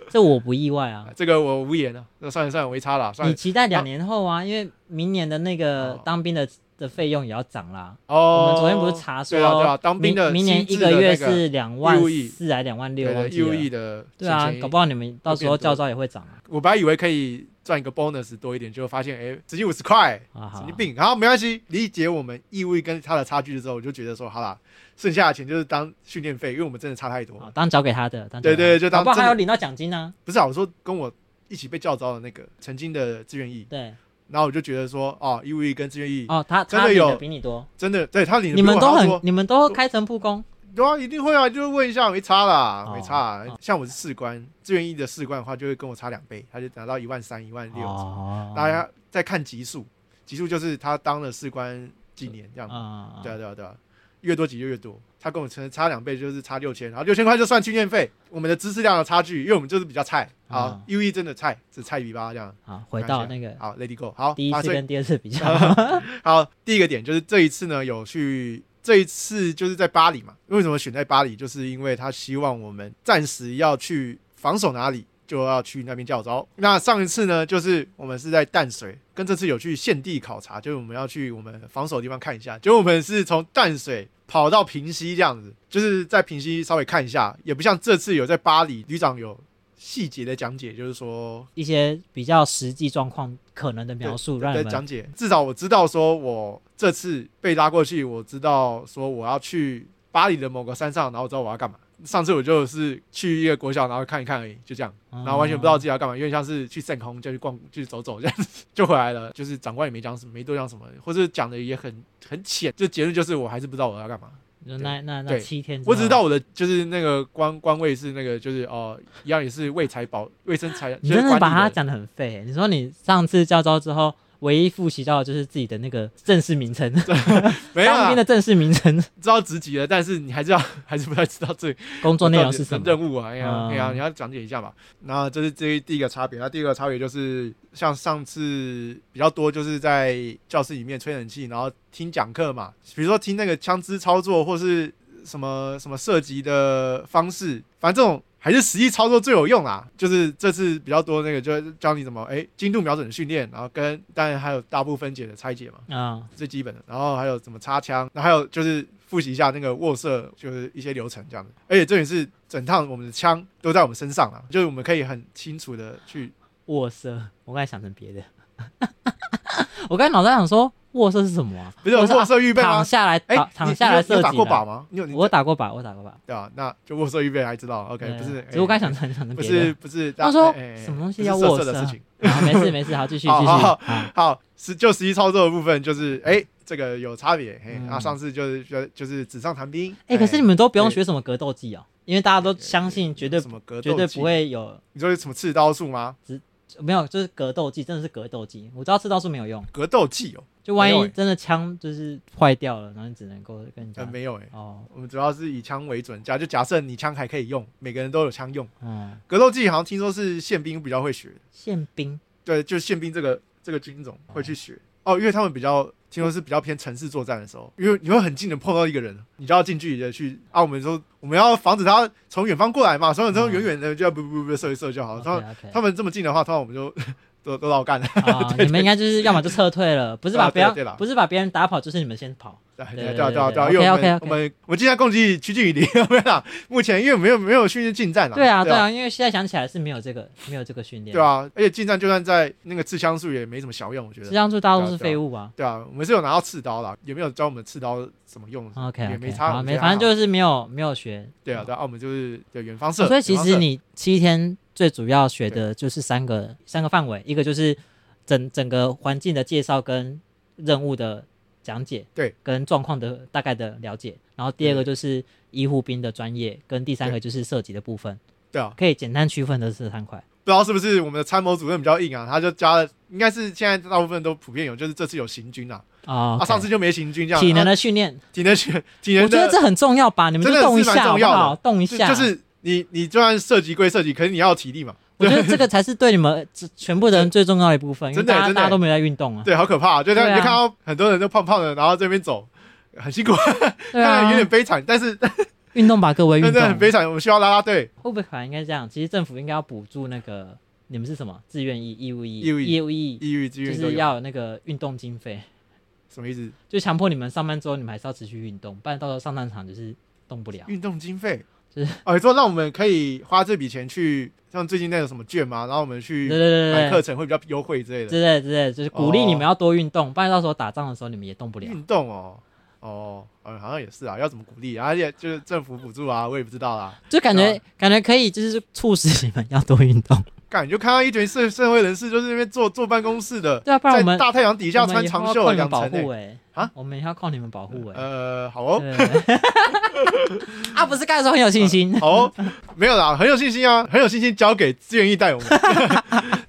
这我不意外
啊
啊。
这个我无言了，那算了算了，没差啦，算
你
了
期待两年后啊，因为明年的那个
哦
当兵的的费用也要涨啦。
哦。
我们昨天不是查
对啊对啊，
说，
当兵的
明明年一
薪资的
个
那
月是两万
义务役
四还两万六，
对
忘
对
记
U
了。
E 的
对啊，搞不好你们到时候
会变多
教招也会涨啊。
我本来以为可以赚一个 bonus 多一点，结果发现哎，只有五十块，
啊好
神
啊
经病。好，没关系，理解我们义务役跟他的差距之后，我就觉得说好啦，剩下的钱就是当训练费，因为我们真的差太多。
啊，当交给他的，当
对
交给
对
他的
就当
搞不好
真
还
的
有领到奖金呢。
不是啊，我说跟我一起被叫招的那个曾经的志愿役，
对，
然后我就觉得说哦，义务役跟志愿役、
哦，他
真
他
的
领
有
的比你多，
真的对他领的
你
比我
们都
还要
很
多，
你们都开诚布公，
对啊，一定会啊，就是问一下，没差啦，
哦
没差啊、
哦
像我是士官，志愿役的士官的话，就会跟我差两倍，他就拿到一万三、一万六、
哦
大家在看级数，级数就是他当了士官几年这样。
啊
对啊，对啊，对啊，越多级就越多。他跟我成差两倍，就是差六千，然后六千块就算训练费。我们的知识量的差距，因为我们就是比较菜啊
啊
，U E 真的菜，是菜比巴这样。
好，回到那个
好，Lady Go，好，
第一
啊
次
所以
跟第二次比较，
好，第一个点就是这一次呢，有去这一次就是在巴黎嘛。为什么选在巴黎？就是因为他希望我们暂时要去防守哪里，就要去那边教招。那上一次呢，就是我们是在淡水，跟这次有去现地考察，就是我们要去我们防守的地方看一下。结果我们是从淡水。跑到平西这样子，就是在平西稍微看一下，也不像这次有在巴黎，旅长有细节的讲解，就是说
一些比较实际状况可能的描述，让
在
你们
讲解，至少我知道说，我这次被拉过去，我知道说我要去巴黎的某个山上，然后我知道我要干嘛。上次我就是去一个国小，然后看一看而已，就这样，
嗯
然后完全不知道自己要干嘛，有点像是去圣空，就去逛，去走走这样子就回来了。就是长官也没讲什么，没多讲什么，或者讲的也很很浅，就结论就是我还是不知道我要干嘛。
就那那那
对
七天之后，
我只知道我的就是那个官官位是那个就是哦、一样也是卫财保卫生财，
你
就是
真的
管
把
理
它
的
讲的很废欸。你说你上次教招之后，唯一复习到的就是自己的那个正式名称，
没有
当
啊
兵的正式名称，
知道职级了，但是你还是要 还是不太知道这
工作内容是
到
什
底
么？
任务啊？哎呀，
嗯
哎呀，你要讲解一下嘛。那这是这一第一个差别。那第二个差别就是，像上次比较多，就是在教室里面吹冷气，然后听讲课嘛，比如说听那个枪支操作，或是什么什么射击的方式，反正这种。还是实际操作最有用啦，就是这次比较多那个，就是教你怎么哎精度瞄准的训练，然后跟当然还有大部分解的拆解嘛，
啊，
最基本的，然后还有怎么插枪，然后还有就是复习一下那个握射，就是一些流程这样子。而且重点是，整趟我们的枪都在我们身上啊，就是我们可以很清楚的去，
卧色，我刚才想成别的， 我刚才脑袋想说卧色是什么啊？
不是有
我说
握射预备
躺
吗？
下来
哎
打，，
你
躺下来
你有
射
你有打
击
过
啦
靶吗？你有你
我打过靶，我打过靶。
对啊，那就握射预备还知道，OK，
对啊
不是？
只是我
哎
刚才想成想成
不
别
是
的。
不是，
他说
哎哎哎
什么东西
不是
要
射
握
射的
射
事情。
好，没事没事，好，继续继
好
续。
好好
好
好，实就实际操作的部分就是，哎，这个有差别。哎，
嗯
那上次就是就就是纸上谈兵。
哎，可是你们都不用
哎
学什么格斗技哦，因为大家都
哎
相信绝对
什么格斗
绝对
技
不，会有
你说什么刺刀术吗？
没有，就是格斗技，真的是格斗技。我知道刺刀术没有用，
格斗技哦，
就万
没有
一
欸
真的枪就是坏掉了，然后你只能够跟人
呃，
家
没有哎、
哦，
我们主要是以枪为准，假就假设你枪还可以用，每个人都有枪用。
嗯，
格斗技好像听说是宪兵比较会学，
宪兵
对，就是宪兵这个这个军种会去学哦，因为他们比较听说是比较偏城市作战的时候，因为你会很近的碰到一个人，你就要近距离的去啊，我们说我们要防止他从远方过来嘛，所以之后
嗯
远远的就要不不不射一射就好。哦他们
OK，OK
他们这么近的话，通常我们就 都都老干了，
啊，你们应该就是要么就撤退 了，不是把
啊
别人
对啦对啦
不是把别人打跑，就是你们先跑。
对
对
对
对
对
对
对对，因为我们
OK，OK，OK
我们我们尽量攻击趋近于零， 没有啦，目前因为没有没有训练近战啦，
对啊，对
对啊。
啊，因为现在想起来是没有这个没有这个训练，
对，啊，而且近战就算在那个刺枪术也没什么小用，我觉
实
得
际。上就大家都
对
是
啊对啊
废物啊。
对啊，我们是有拿到刺刀啦，也没有教我们刺刀怎么用
OK，
啊也没
OK，
差，
好，
我觉
没，
得
反正
还好
就是没有没有学。
对啊，对啊，我们就是对远方
哦
射。
所以其
远方
实
射
你七天最主要学的就是三个三个范围，一个就是整整个环境的介绍跟任务的讲解，
对，
跟状况的大概的了解。然后第二个
对
就是医护兵的专业，跟第三个就是射击的部分，
对啊，
可以简单区分的是三块。
不知道是不是我们的参谋主任比较硬啊，他就加了，应该是现在大部分都普遍有，就是这次有行军啊，
哦
啊，
，OK
上次就没行军这样。
体能
啊
的训练，
体能学体能
我觉得
的，
这很重要吧？你们
真
就
的
动一
是蛮
下好
重
不
要的
好？动一
就
下，
就是你你就算射击归射击，可是你要有体力嘛。
我 觉得这个才是对你们这全部的人最重要的一部分，因为
真的
大家
真的
大家都没有在运动啊，
对，好可怕、啊，就这样、
对啊
你就看到很多人都胖胖的，然后这边走。很辛苦，
对
看 来有
啊
点，悲惨，但是但
运动吧各位，运
真
动
的很悲惨。我们需要拉拉队，
会不会反而应该这样？其实政府应该要补助那个你们是什么志愿役、义务役、
义务役
义务役，
抑郁、抑
就
郁都
是
有。
要有那个运动经费，
什么意思？
就强迫你们上班之后你们还是要持续运动，不然到时候上战场就是动不了。
运动经费
就是
哦，你说让我们可以花这笔钱去，像最近那个什么券嘛，然后我们
对
去
对对
买课
对
程会比较优惠之类
对，之类
的。
之类，就是鼓励你们要多运动，不然到时候打仗的时候你们也动不了。
运动哦，哦，呃，好像也是啊，要怎么鼓励？而且就是政府补助啊，我也不知道啦。
就感觉、
啊
感觉可以，就是促使你们要多运 动。
感觉看到一群社社会人士就是那边坐坐办公室的，
对啊，不然
在
我们
大太阳底下
我们
穿
以后
长
要
袖
靠
的
你们
两
保
层
护
欸。
哎
啊，
我们以后要靠你们保护哎。
呃，好哦，
对 啊，不是刚才说很有信心，
好 哦，没有啦，很有信心啊，很有信心交给志愿意带我们。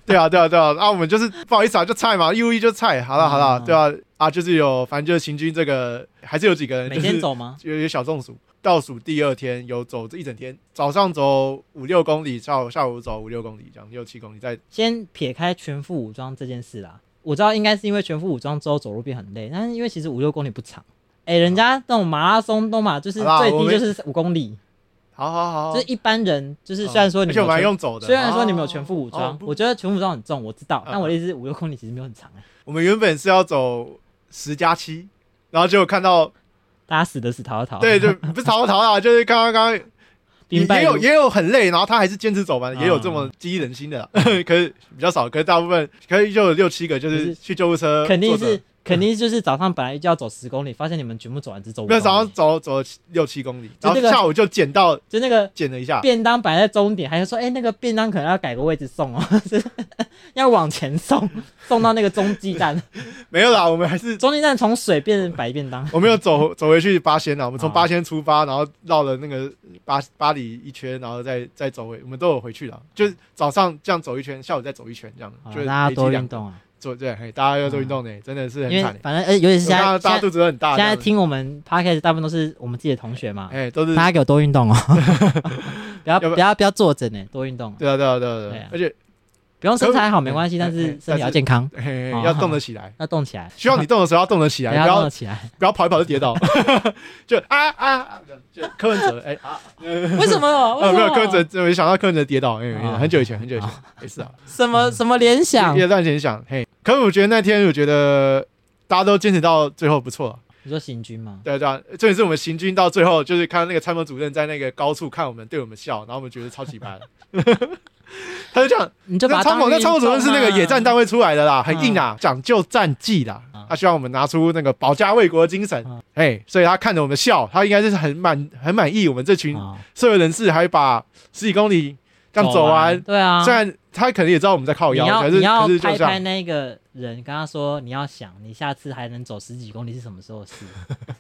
对啊，对啊，对啊，啊，我们就是不好意思啊，就菜嘛，U 一就菜，好了，好了，
嗯
对啊，啊，就是有，反正就是行军这个，还是有几个人，
每
就
天
是
走吗？
有有小中暑，倒数第二天有走这一整天，早上走五六公里，下午下午走五六公里，这样六七公里，再
先撇开全副武装这件事啦，我知道应该是因为全副武装之后走路变很累，但是因为其实五六公里不长。哎、人家那种马拉松都嘛，就是
啊好啦
最
我
低
们
就是五公里，
好好好，
就是一般人就是
嗯
虽然说你
而且
们
我们还
有全
用走的，哦
虽然说你们
们
有全副武装，我
我
觉得全副武装很重，我知道，
嗯
但我的意思是五六公里其实没有很长、欸，
我们原本是要走十加七，然后结果看到，
大家死的死，逃的逃。
对，就不是逃逃啦，就是刚刚刚刚也
兵败
也有
如
也有很累，然后他还是坚持走完，
嗯
也有这么激励人心的啦， 可是比较少，可是大部分可以就有六七个，就
就是
是去救护车，
肯定
坐着
是肯定就是早上本来就要走十公里，发现你们全部走完只走五
没
公
有早上
里，
走走六七公里，
就
然
那
后
个
下午就捡到
就那个
捡了一下，
便当摆在终点，还是说哎、那个便当可能要改个位置送哦， 是要往前送，送到那个中继 站，
没有啦，我们还是
中继站从水变成白便当。
我们有走走回去八仙啦，我们从
啊
八仙出发，然后绕了那个巴巴黎一圈，然后再再走回，我们都有回去了，就是早上这样走一圈，下午再走一圈这样
好，
就
啦
是
啊大家
累积
多
两
运动啊，
做对，嘿大家要做运动呢，真的是
因
很
为
惨欸。
反正呃，尤其是现
我
在现在
看到大家肚子都很大，
现在
这样
听我们 podcast 大部分都是我们自己的同学嘛，
哎都是
大家给我多运 动哦，不要
要不
不要不要坐着呢，多运动啊，
对啊对啊对啊对
对
啊
啊，
而且
不用身材好没
哎
关系，但
哎
是
哎
身体
但
要
是
健康，
嘿
哦
要动得起来，
要动起来，
需要你动的时候要动得 起
不
来，不
要动
要
得起来。
不要跑一跑就跌倒， 就啊啊啊，就柯文哲哎啊，
为 什么？为
啊
什
没
么？
有柯文哲，没想到柯文哲跌倒，哎
啊
很久以前很久以前也是 啊，
什么什么联想
也？乱联想，嘿，可是我觉得那天我觉得大家都坚持到最后不错了，
你说行军吗？
对啊对啊，重点是我们行军到最后，就是看到那个参谋主任在那个高处看我们，对我们笑，然后我们觉得超级白的。 他就这样，
你就把
那
它
参谋
当
那参谋主任
运
是
动
那个
啊
野战单位出来的啦，很硬啊，讲究战绩啦
嗯。
他希望我们拿出那个保家卫国的精神
嗯，
哎，所以他看着我们笑，他应该就是很满很满意我们这群
啊
社会人士，还把十几公里这样走完。
对啊，
虽然他可能也知道我们在靠
你
腰，
要
可
你
是
要
可是就
拍
这
拍
样，
那个人，跟他说你要想，你下次还能走十几公里是什么时候的事？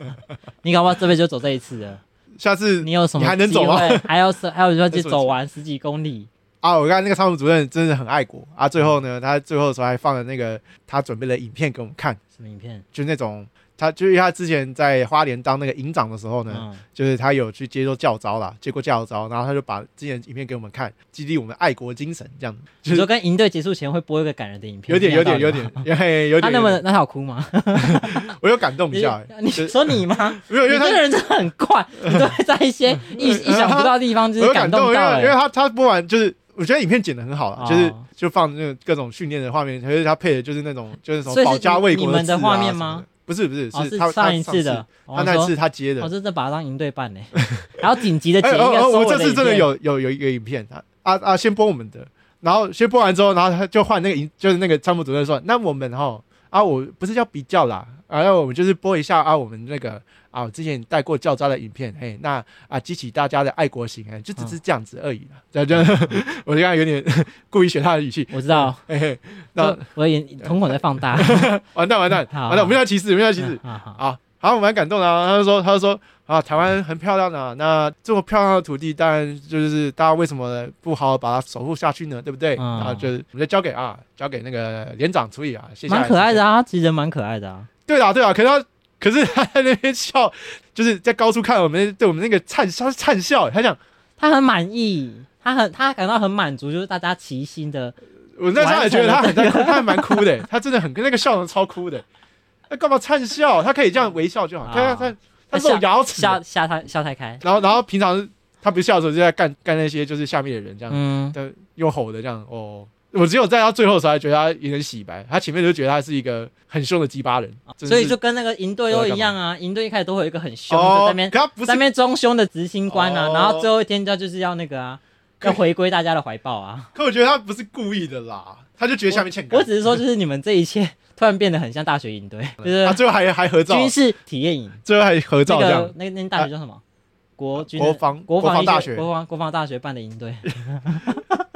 你搞不好这辈子就走这一次了。
下次
你有什么
你还能
机会
走吗？
还有什还有说
还有
就
什么
走完十几公里，
啊，我看那个仓务主任真的很爱国啊。最后呢，他最后的时候还放了那个他准备的影片给我们看，
什么影片？
就那种他就是他之前在花莲当那个营长的时候呢，
嗯，
就是他有去接受教招啦，接过教招，然后他就把之前的影片给我们看，激励我们爱国精神，这样
你
就是
说跟营队结束前会播一个感人的影片，
有点有点有
这样
点 有点有
道理吗。他那
点，
么那他有哭吗？
我有感动一
你
下， 欸
你
就是
说你 吗？
没有
你
因为他
这个人真的很怪，你都会在一些意意想不到的地方，就
我
是
有
感
感
动
因
到
为因为
哎。
他他播完就是。我觉得影片剪的很好啦，
哦
就是就放那个各种训练的画面，而且他配的就是那种就是什么
所以是
保家卫
你
国
们
字啊
的画面
什么
吗
的？不是不是，
哦，是
他他
上一次的，
他
我
那一
说哦
次他接的
我。真的把它当营队办呢，还要紧急的剪
哎
一个
哦哦，
收
我
尾
这次
影
真的
片
有有有一个影片啊啊啊！先播我们的，然后先播完之后，然后他就换那个影，就是那个参谋主任说：“那我们哈啊，我不是叫比较啦，啊，那我们就是播一下啊，我们那个啊，我之前带过教招的影片，嘿，那啊激起大家的爱国心，哎，就只是
哦
这样子而已啦。这样就 我就刚才有点 故意学他的语气，
我知道，
嘿嘿，那
就我的眼瞳孔在放大。
完蛋完蛋
好
完蛋，我们要歧视，我们要歧视
嗯，好好，
啊，好，我蛮感动的、啊。他就说，他就说啊，台湾很漂亮啊，那这么漂亮的土地，当然就是大家为什么不好好把它守护下去呢？对不对？
嗯
然后就是我们就交给啊，交给那个连长处理啊，谢谢。
蛮可爱的。啊，他其实人蛮可爱的啊。
对啦，对啦，可是他。可是他在那边笑，就是在高处看我们，对我们那个灿，他是灿笑。欸他讲，
他很满意，他很他感到很满足，就是大家齐心的。
我那时候也觉得他很在哭，他还蛮哭的，欸他真的很跟那个笑容超哭的。他干嘛灿笑？他可以这样微笑就
啊
好。他他他露牙齿，
笑笑太笑太开，
然后然后平常他不笑的时候就在干干那些就是下面的人这样，
嗯，
但又吼的这样哦。我只有在他最后的时候才觉得他有点洗白，他前面就觉得他是一个很凶的鸡巴人，真
哦所
的
以
是
就跟那个营队都一样啊，营队一开始都会有一个很凶的在
哦
那，边
可他不
在
是
那边装凶的执行官啊，
哦
然后最后一天就就是要那个啊，
可
要回归大家的怀抱啊。
可我觉得他不是故意的啦，他就觉得下面欠干
我只是说，就是你们这一切突然变得很像大学营 队，就是
啊，最后还还合照，
军事体验营，
最后还合
那
照这
个
样，
那那大学叫什么？国军的
国防
国
防
一
大
些
学
国防国防大学办的营队，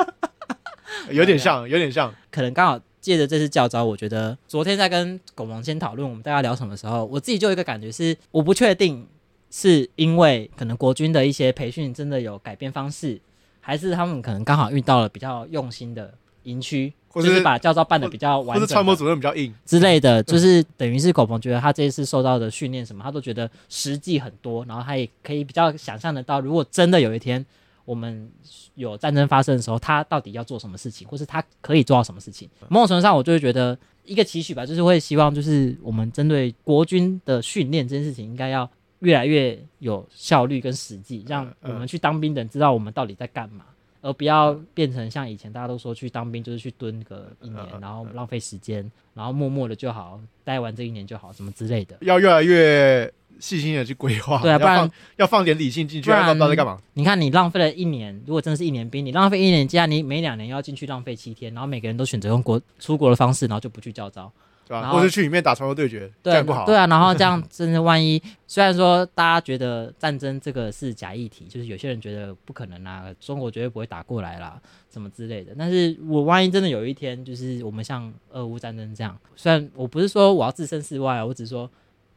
有点像，有点像，
可能刚好借着这次教招，我觉得昨天在跟狗王先讨论我们大家聊什么的时候，我自己就有一个感觉是，我不确定是因为可能国军的一些培训真的有改变方式，还是他们可能刚好遇到了比较用心的营区，
或
就是是把教招办的比较
或
完
是
整
参谋
的
主任比较硬，
之类的，
嗯
就是等于是狗鹏觉得他这一次受到的训练什么，他都觉得实际很多，然后他也可以比较想象得到，如果真的有一天我们有战争发生的时候，他到底要做什么事情，或是他可以做到什么事情。
嗯
某种程度上，我就会觉得一个期许吧，就是会希望就是我们针对国军的训练这件事情，应该要越来越有效率跟实际，让
嗯
我们去当兵的人知道我们到底在干嘛。而不要变成像以前大家都说去当兵就是去蹲个一年
嗯嗯，
然后浪费时间，然后默默的就好，待完这一年就好，什么之类的。
要越来越细心的去规划，
对啊，
要
不然
放要放点理性进
不
去，
然
要不知道在干嘛，
你看你浪费了一年，如果真的是一年兵，你浪费一年假，你每两年要进去浪费七天，然后每个人都选择用国出国的方式，然后就不去教招，
对吧？
然后
或是去里面打传说对决，这
对
样不好，
对啊，然 后这样真的万一，虽然说大家觉得战争这个是假议题，就是有些人觉得不可能啊，中国绝对不会打过来啦，什么之类的。但是我万一真的有一天，就是我们像俄乌战争这样，虽然我不是说我要置身事外啊，我只是说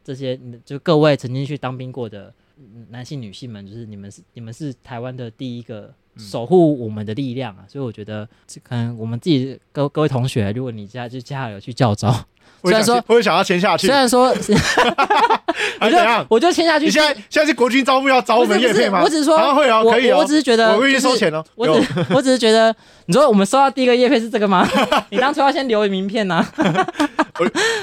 这些就各位曾经去当兵过的嗯男性、女性们，就是你们是你们是台湾的第一个
嗯
守护我们的力量啊，所以我觉得这可能我们自己各各位同学，如果你家就家有去教招，虽
或者
然
想
说
或者想要签下啊去
虽，然说
还是啊怎样？
我就签下去
你现在现在是国军招募要招我们叶配吗？
不是不是我只是说
啊会啊，
我
可以哦
我只是觉得
我愿意
就是
收钱哦。
我
有
只 我只是觉得，你说我们收到第一个叶配是这个 吗？你当初要先留名片呐、啊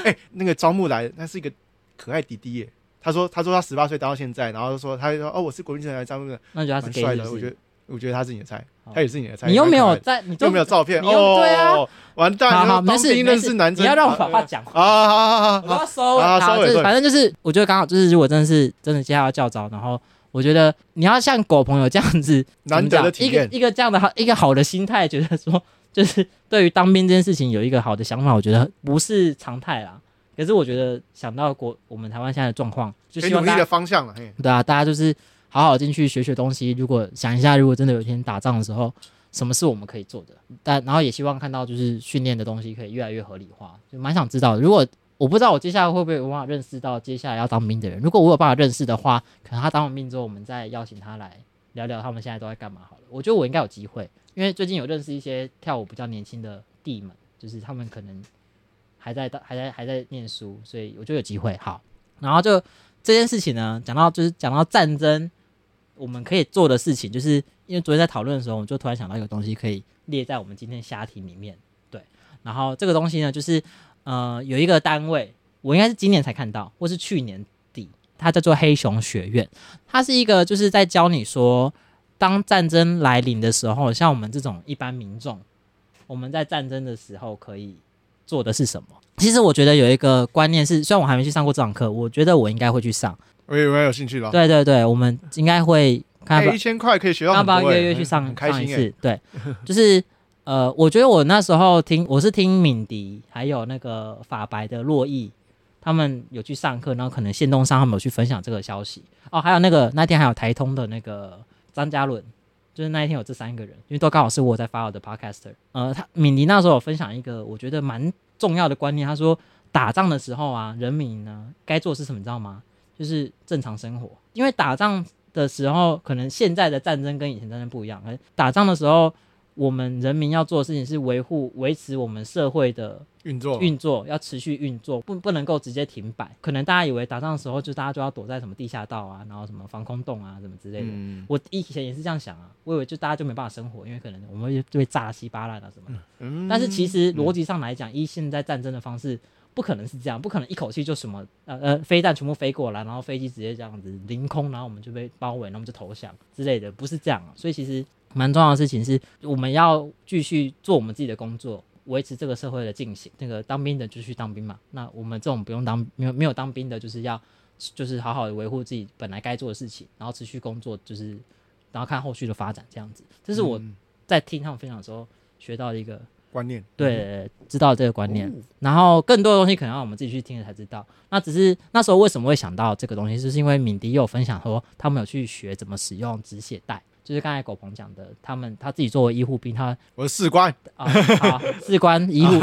哎，那个招募来的那是一个可爱弟弟耶。他说他说他十八岁当到现在，然后就说他就说哦我是国军来的招募的，
那你觉得他
蛮
是 gay
帅
是
的，
不
我觉
是？
得我觉得他是你的菜
好，
他也是你的菜。
你又没
蛮
有
可爱的
在，你就
又没有照片
你又对啊
哦，完蛋，
好好
那
没
当
事
兵
没
认
事
识男
你
生，
要让我把话
啊
讲完。
啊好好
我
好，
要收尾，
啊
好
收尾
就是
对
反正就是，我觉得刚好就是，如果真的是真的接下来要教招，然后我觉得你要像狗朋友这样子，
难得
怎么讲
的体
一个
验
一个这样的好一个好的心态，觉得说就是对于当兵这件事情有一个好的想法，我觉得不是常态啦。可是我觉得想到国我们台湾现在的状况，就
给
希
努
望
力
大
E 的
家
方向了。嘿，
对啊，大家就是好好进去学学东西。如果想一下，如果真的有一天打仗的时候，什么是我们可以做的？但然后也希望看到就是训练的东西可以越来越合理化，就蛮想知道的。如果我不知道我接下来会不会有办法认识到接下来要当兵的人，如果我有办法认识的话，可能他当完兵之后，我们再邀请他来聊聊他们现在都在干嘛好了。我觉得我应该有机会，因为最近有认识一些跳舞比较年轻的弟们，就是他们可能还在当还在还在念书，所以我觉得有机会。好，然后就这件事情呢，讲到就是讲到战争，我们可以做的事情，就是因为昨天在讨论的时候，我们就突然想到一个东西可以列在我们今天虾题里面。对，然后这个东西呢，就是呃有一个单位，我应该是今年才看到，或是去年底，它叫做黑熊学院。它是一个就是在教你说，当战争来临的时候，像我们这种一般民众，我们在战争的时候可以做的是什么？其实我觉得有一个观念是，虽然我还没去上过这堂课，我觉得我应该会去上。
我以为有兴趣的哦。
对对对，我们应该会看
哎，
要不
一千块可以学到
要
很
不
多
要
欸，
约约去
很
上
很开
上一
心哎。
次？对，就是呃，我觉得我那时候听我是听敏迪还有那个法白的洛毅。他们有去上课，然后可能线动上他们有去分享这个消息哦，还有那个那天还有台通的那个张嘉伦，就是那一天有这三个人，因为都刚好是我在发我的 podcaster。呃，他敏迪那时候有分享一个我觉得蛮重要的观念，他说打仗的时候啊，人民呢该做的是什么，你知道吗？就是正常生活，因为打仗的时候，可能现在的战争跟以前战争不一样，可能打仗的时候。我们人民要做的事情是维护、维持我们社会的
运作
运作要持续运作，不不能够直接停摆。可能大家以为打仗的时候就大家就要躲在什么地下道啊，然后什么防空洞啊，什么之类的。
嗯，
我以前也是这样想啊，我以为就大家就没办法生活，因为可能我们会就会炸得稀巴烂啊什么的。
嗯
但是其实逻辑上来讲，依现在战争的方式，不可能是这样，不可能一口气就什么呃呃飞弹全部飞过来，然后飞机直接这样子凌空，然后我们就被包围，然后我们就投降之类的，不是这样、啊。所以其实蛮重要的事情是，我们要继续做我们自己的工作。维持这个社会的进行，那个当兵的就去当兵嘛。那我们这种不用当没有没有当兵的，就是要就是好好的维护自己本来该做的事情，然后持续工作，就是然后看后续的发展这样子。这是我
嗯
在听他们分享的时候学到的一个
观念，嗯
对，知道这个观
哦
念。然后更多的东西可能要我们自己去听了才知道。那只是那时候为什么会想到这个东西，就是因为敏迪有分享说他们有去学怎么使用止血带，就是刚才狗鹏讲的，他们他自己作为医护兵，他
我是士官
啊 好士官医护，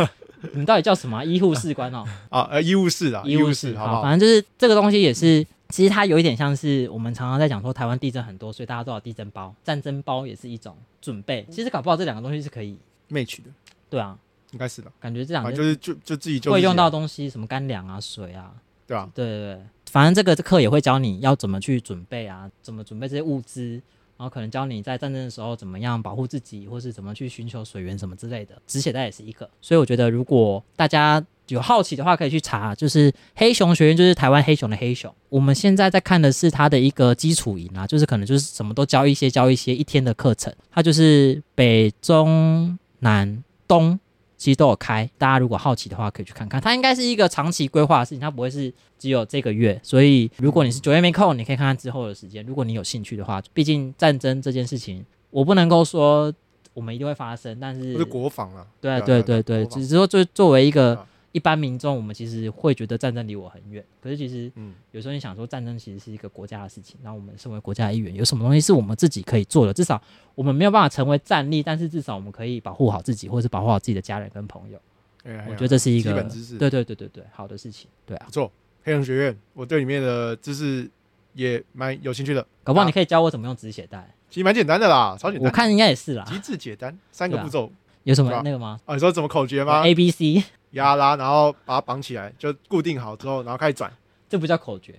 你们到底叫什么啊、医护士官哦，
啊，呃，医务室啊，
医务
务室，
室，
好不好？
反正就是这个东西也是，其实它有一点像是我们常常在讲说台湾地震很多，所以大家都有地震包，战争包也是一种准备。其实搞不好这两个东西是可以，
match 的，
对啊，
应该是的，
感觉这两
反
个
正就是就就自己就
会
自己
用
啊
到东西，什么干粮啊、水啊，
对啊，
对对对，反正这个课也会教你要怎么去准备啊，怎么准备这些物资，然后可能教你在战争的时候怎么样保护自己，或是怎么去寻求水源什么之类的。止血带也是一个，所以我觉得如果大家有好奇的话，可以去查，就是黑熊学院，就是台湾黑熊的黑熊。我们现在在看的是它的一个基础营啊，就是可能就是什么都教一些，教一些一天的课程。它就是北中南东。其实都有开，大家如果好奇的话，可以去看看。它应该是一个长期规划的事情，它不会是只有这个月，所以如果你是九月没空，你可以看看之后的时间。如果你有兴趣的话，毕竟战争这件事情，我不能够说我们一定会发生，但是
不是国防了，
对
对
对对
啊对
对，
国防
只是说作作为一
对
个
啊
一般民众，我们其实会觉得战争离我很远。可是其实
嗯，
有时候你想说，战争其实是一个国家的事情，那我们身为国家的一员，有什么东西是我们自己可以做的？至少我们没有办法成为战力，但是至少我们可以保护好自己，或者是保护好自己的家人跟朋友。
哎呀
我觉得这是一
基
个
本知识
对对对对对好的事情，对啊
不。错，黑人学院，我对里面的知识也蛮有兴趣的，
搞不好
啊
你可以教我怎么用止血带。啊
其实蛮简单的啦，超简单，
我看应该也是啦。
极致简单，三个
对啊哎
步骤
有什
对
么
啊
那个吗
啊，你说怎么口诀吗？
？A B C，
压拉，然后把它绑起来，就固定好之后，然后开始转，
这不叫口 诀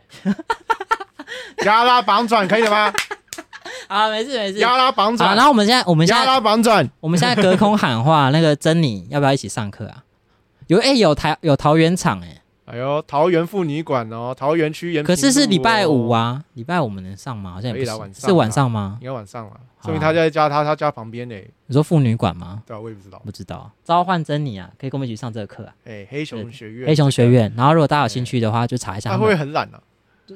压拉绑转可以 了吗？
啊，没事没事。
压拉绑
好，
转
然，后我们现在我们现
压
在
拉绑转，
我们现在隔空喊话，那个珍妮要不要一起上课啊？有哎、有台有桃园场哎、
哎呦，桃园妇女馆哦，桃园区延，
可是是礼拜五
啊，
啊，礼拜五我们能上吗？好像也
可以啦
不
晚
是，
上
是
啊
晚上吗？
应该晚上了，
好啊
说明他在家，他他家旁边嘞，
你说妇女馆吗？
对啊，我也不知道，
不知道，召唤珍妮啊，可以跟我们一起上这个课啊，
哎，黑熊学院，
黑熊学，院。然后如果大家有兴趣的话，就查一下
他
他
会不会
们。
很懒啊？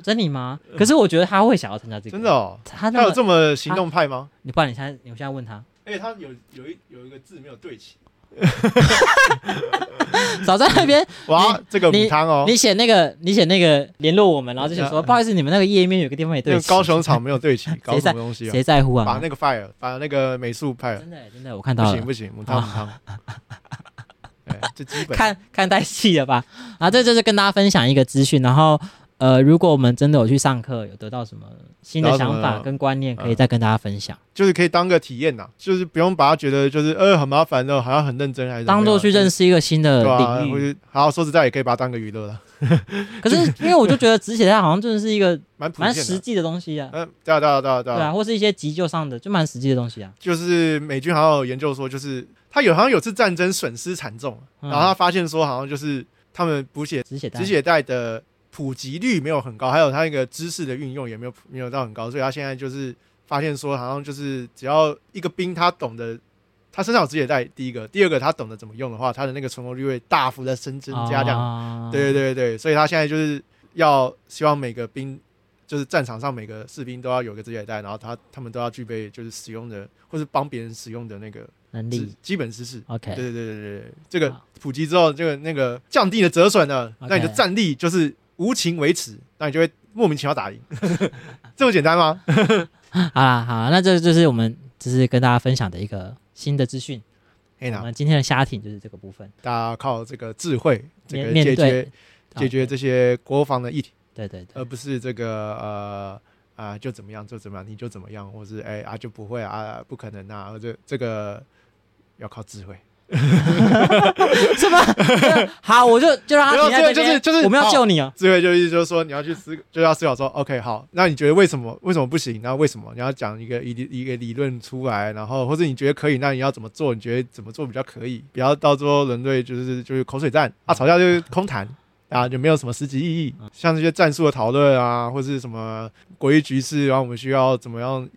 珍妮吗？可是我觉得他会想要参加这个，
真的。哦，
他
他
那
有
么，
这么行动派吗？
你不然你现在你现在问他，
而且他有有一有一个字没有对齐，
早在那 边
哇，这个
你
米汤哦，
你写那个，你写那个联络我们，然后就写说，
嗯
不好意思，你们那个页面有个地方也
那
对
个
齐，
高雄厂没有对齐，搞什么东西 啊？
谁在乎
把
啊？
那个 fire，把那个美术 fire，
真的耶真的，我看
不
到
行
了，
不行，母汤母汤， 哎，这基本
看看太细了吧？啊，这就是跟大家分享一个资讯，然后呃，如果我们真的有去上课，有得到什么新的
得到什
想
么
法跟观念，可以
嗯
再跟大家分享，
就是可以当个体验呐，就是不用把它觉得就是呃很麻烦的，好像很认真还是
当做去认
识
识一个新的
啊对啊，
领
或
域。
者好说实在也可以把它当个娱乐了，
可是因为我就觉得止血带好像真的是一 个
蛮普
蛮
遍
实
的。
际的东西啊，
嗯，对啊，对啊，对啊，对
对
啊
啊，，或是一些急救上的，就蛮实际的东西啊。
就是美军好像有研究说，就是他有好像有次战争损失惨重，
嗯
然后他发现说好像就是他们补血
止血带
止，血带的普及率没有很高，还有它那个知识的运用也没有没有到很高，所以他现在就是发现说，好像就是只要一个兵他懂得，他身上有止血带，第一个，第二个他懂得怎么用的话，他的那个存活率会大幅的升增加这样。
啊
对对对对，所以他现在就是要希望每个兵。就是战场上每个士兵都要有个止血带，然后他他们都要具备就是使用的或是帮别人使用的那个
能
基
力。
基本知识。
OK，
对对对对对，这个
好
普及之后，这个那个降低你的折损呢，
OK
那你的战力就是无情维持，那你就会莫名其 妙打赢，这么简单吗？
好啦，好啦，那这就是我们就是跟大家分享的一个新的资讯。
哎
我
呀，
们今天的虾艇就是这个部分，
大家靠这个智慧，这
面
个
面
解决
对
解决
这，
这些国防的议题，
对对对
而不是这个呃。啊，就怎么样就怎么样，你就怎么样，或是哎、啊就不会啊，不可能啊，这这个要靠智慧。
什么？ 好，我就就让他停在这
没有
边，
就是就是
我们要
好
救你啊！
智慧就意思就是说你要去思，就要思考说，OK，好，那你觉得为什么为什么不行？那为什么你要讲一个一一个理论出来，然后或者你觉得可以，那你要怎么做？你觉得怎么做比较可以？不要到最后人类就是就是口水战啊，吵架就是空谈。 啊，就没有什么实际意义，像这些战术的讨论啊，或是什么国际局势，然后我们需要怎么样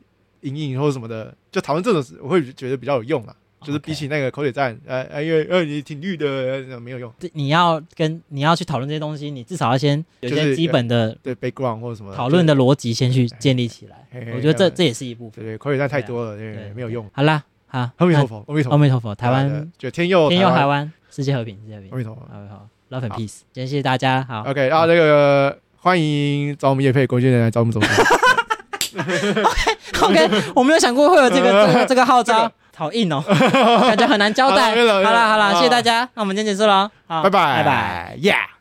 应应或者什么的，就讨论这种事，我会觉得比较有用啊。就是比起那个口水战，呃，呃因为呃你挺绿的，呃没有用，
对你要跟你要去讨论这些东西，你至少要先有一
就
些
是呃
基本的
对 background 或者什么
讨论的逻辑先去建立起来。
嘿嘿
我觉得这
嘿
这也是一部分。
对对，口水战太多了，对
对
没有用。
好啦，好，
阿弥陀
那
佛，阿弥陀
阿
佛，
弥陀佛，台
对
湾
对就天佑
天佑台
哦湾，
湾，世界和平，世界和
阿
平，
弥陀佛。
好好，love and
好
peace，今天谢谢大家，好。
OK，然后那个欢迎找我们叶配，国际人来找我们走。
OK，我没有想过会有这 个这个这个号召，好硬哦，感觉很难交代。
好了没有了没有
好啦好
了
啦，
好
谢谢大家，那我们今天结束了哦，好，
拜拜，
拜拜。
，Yeah。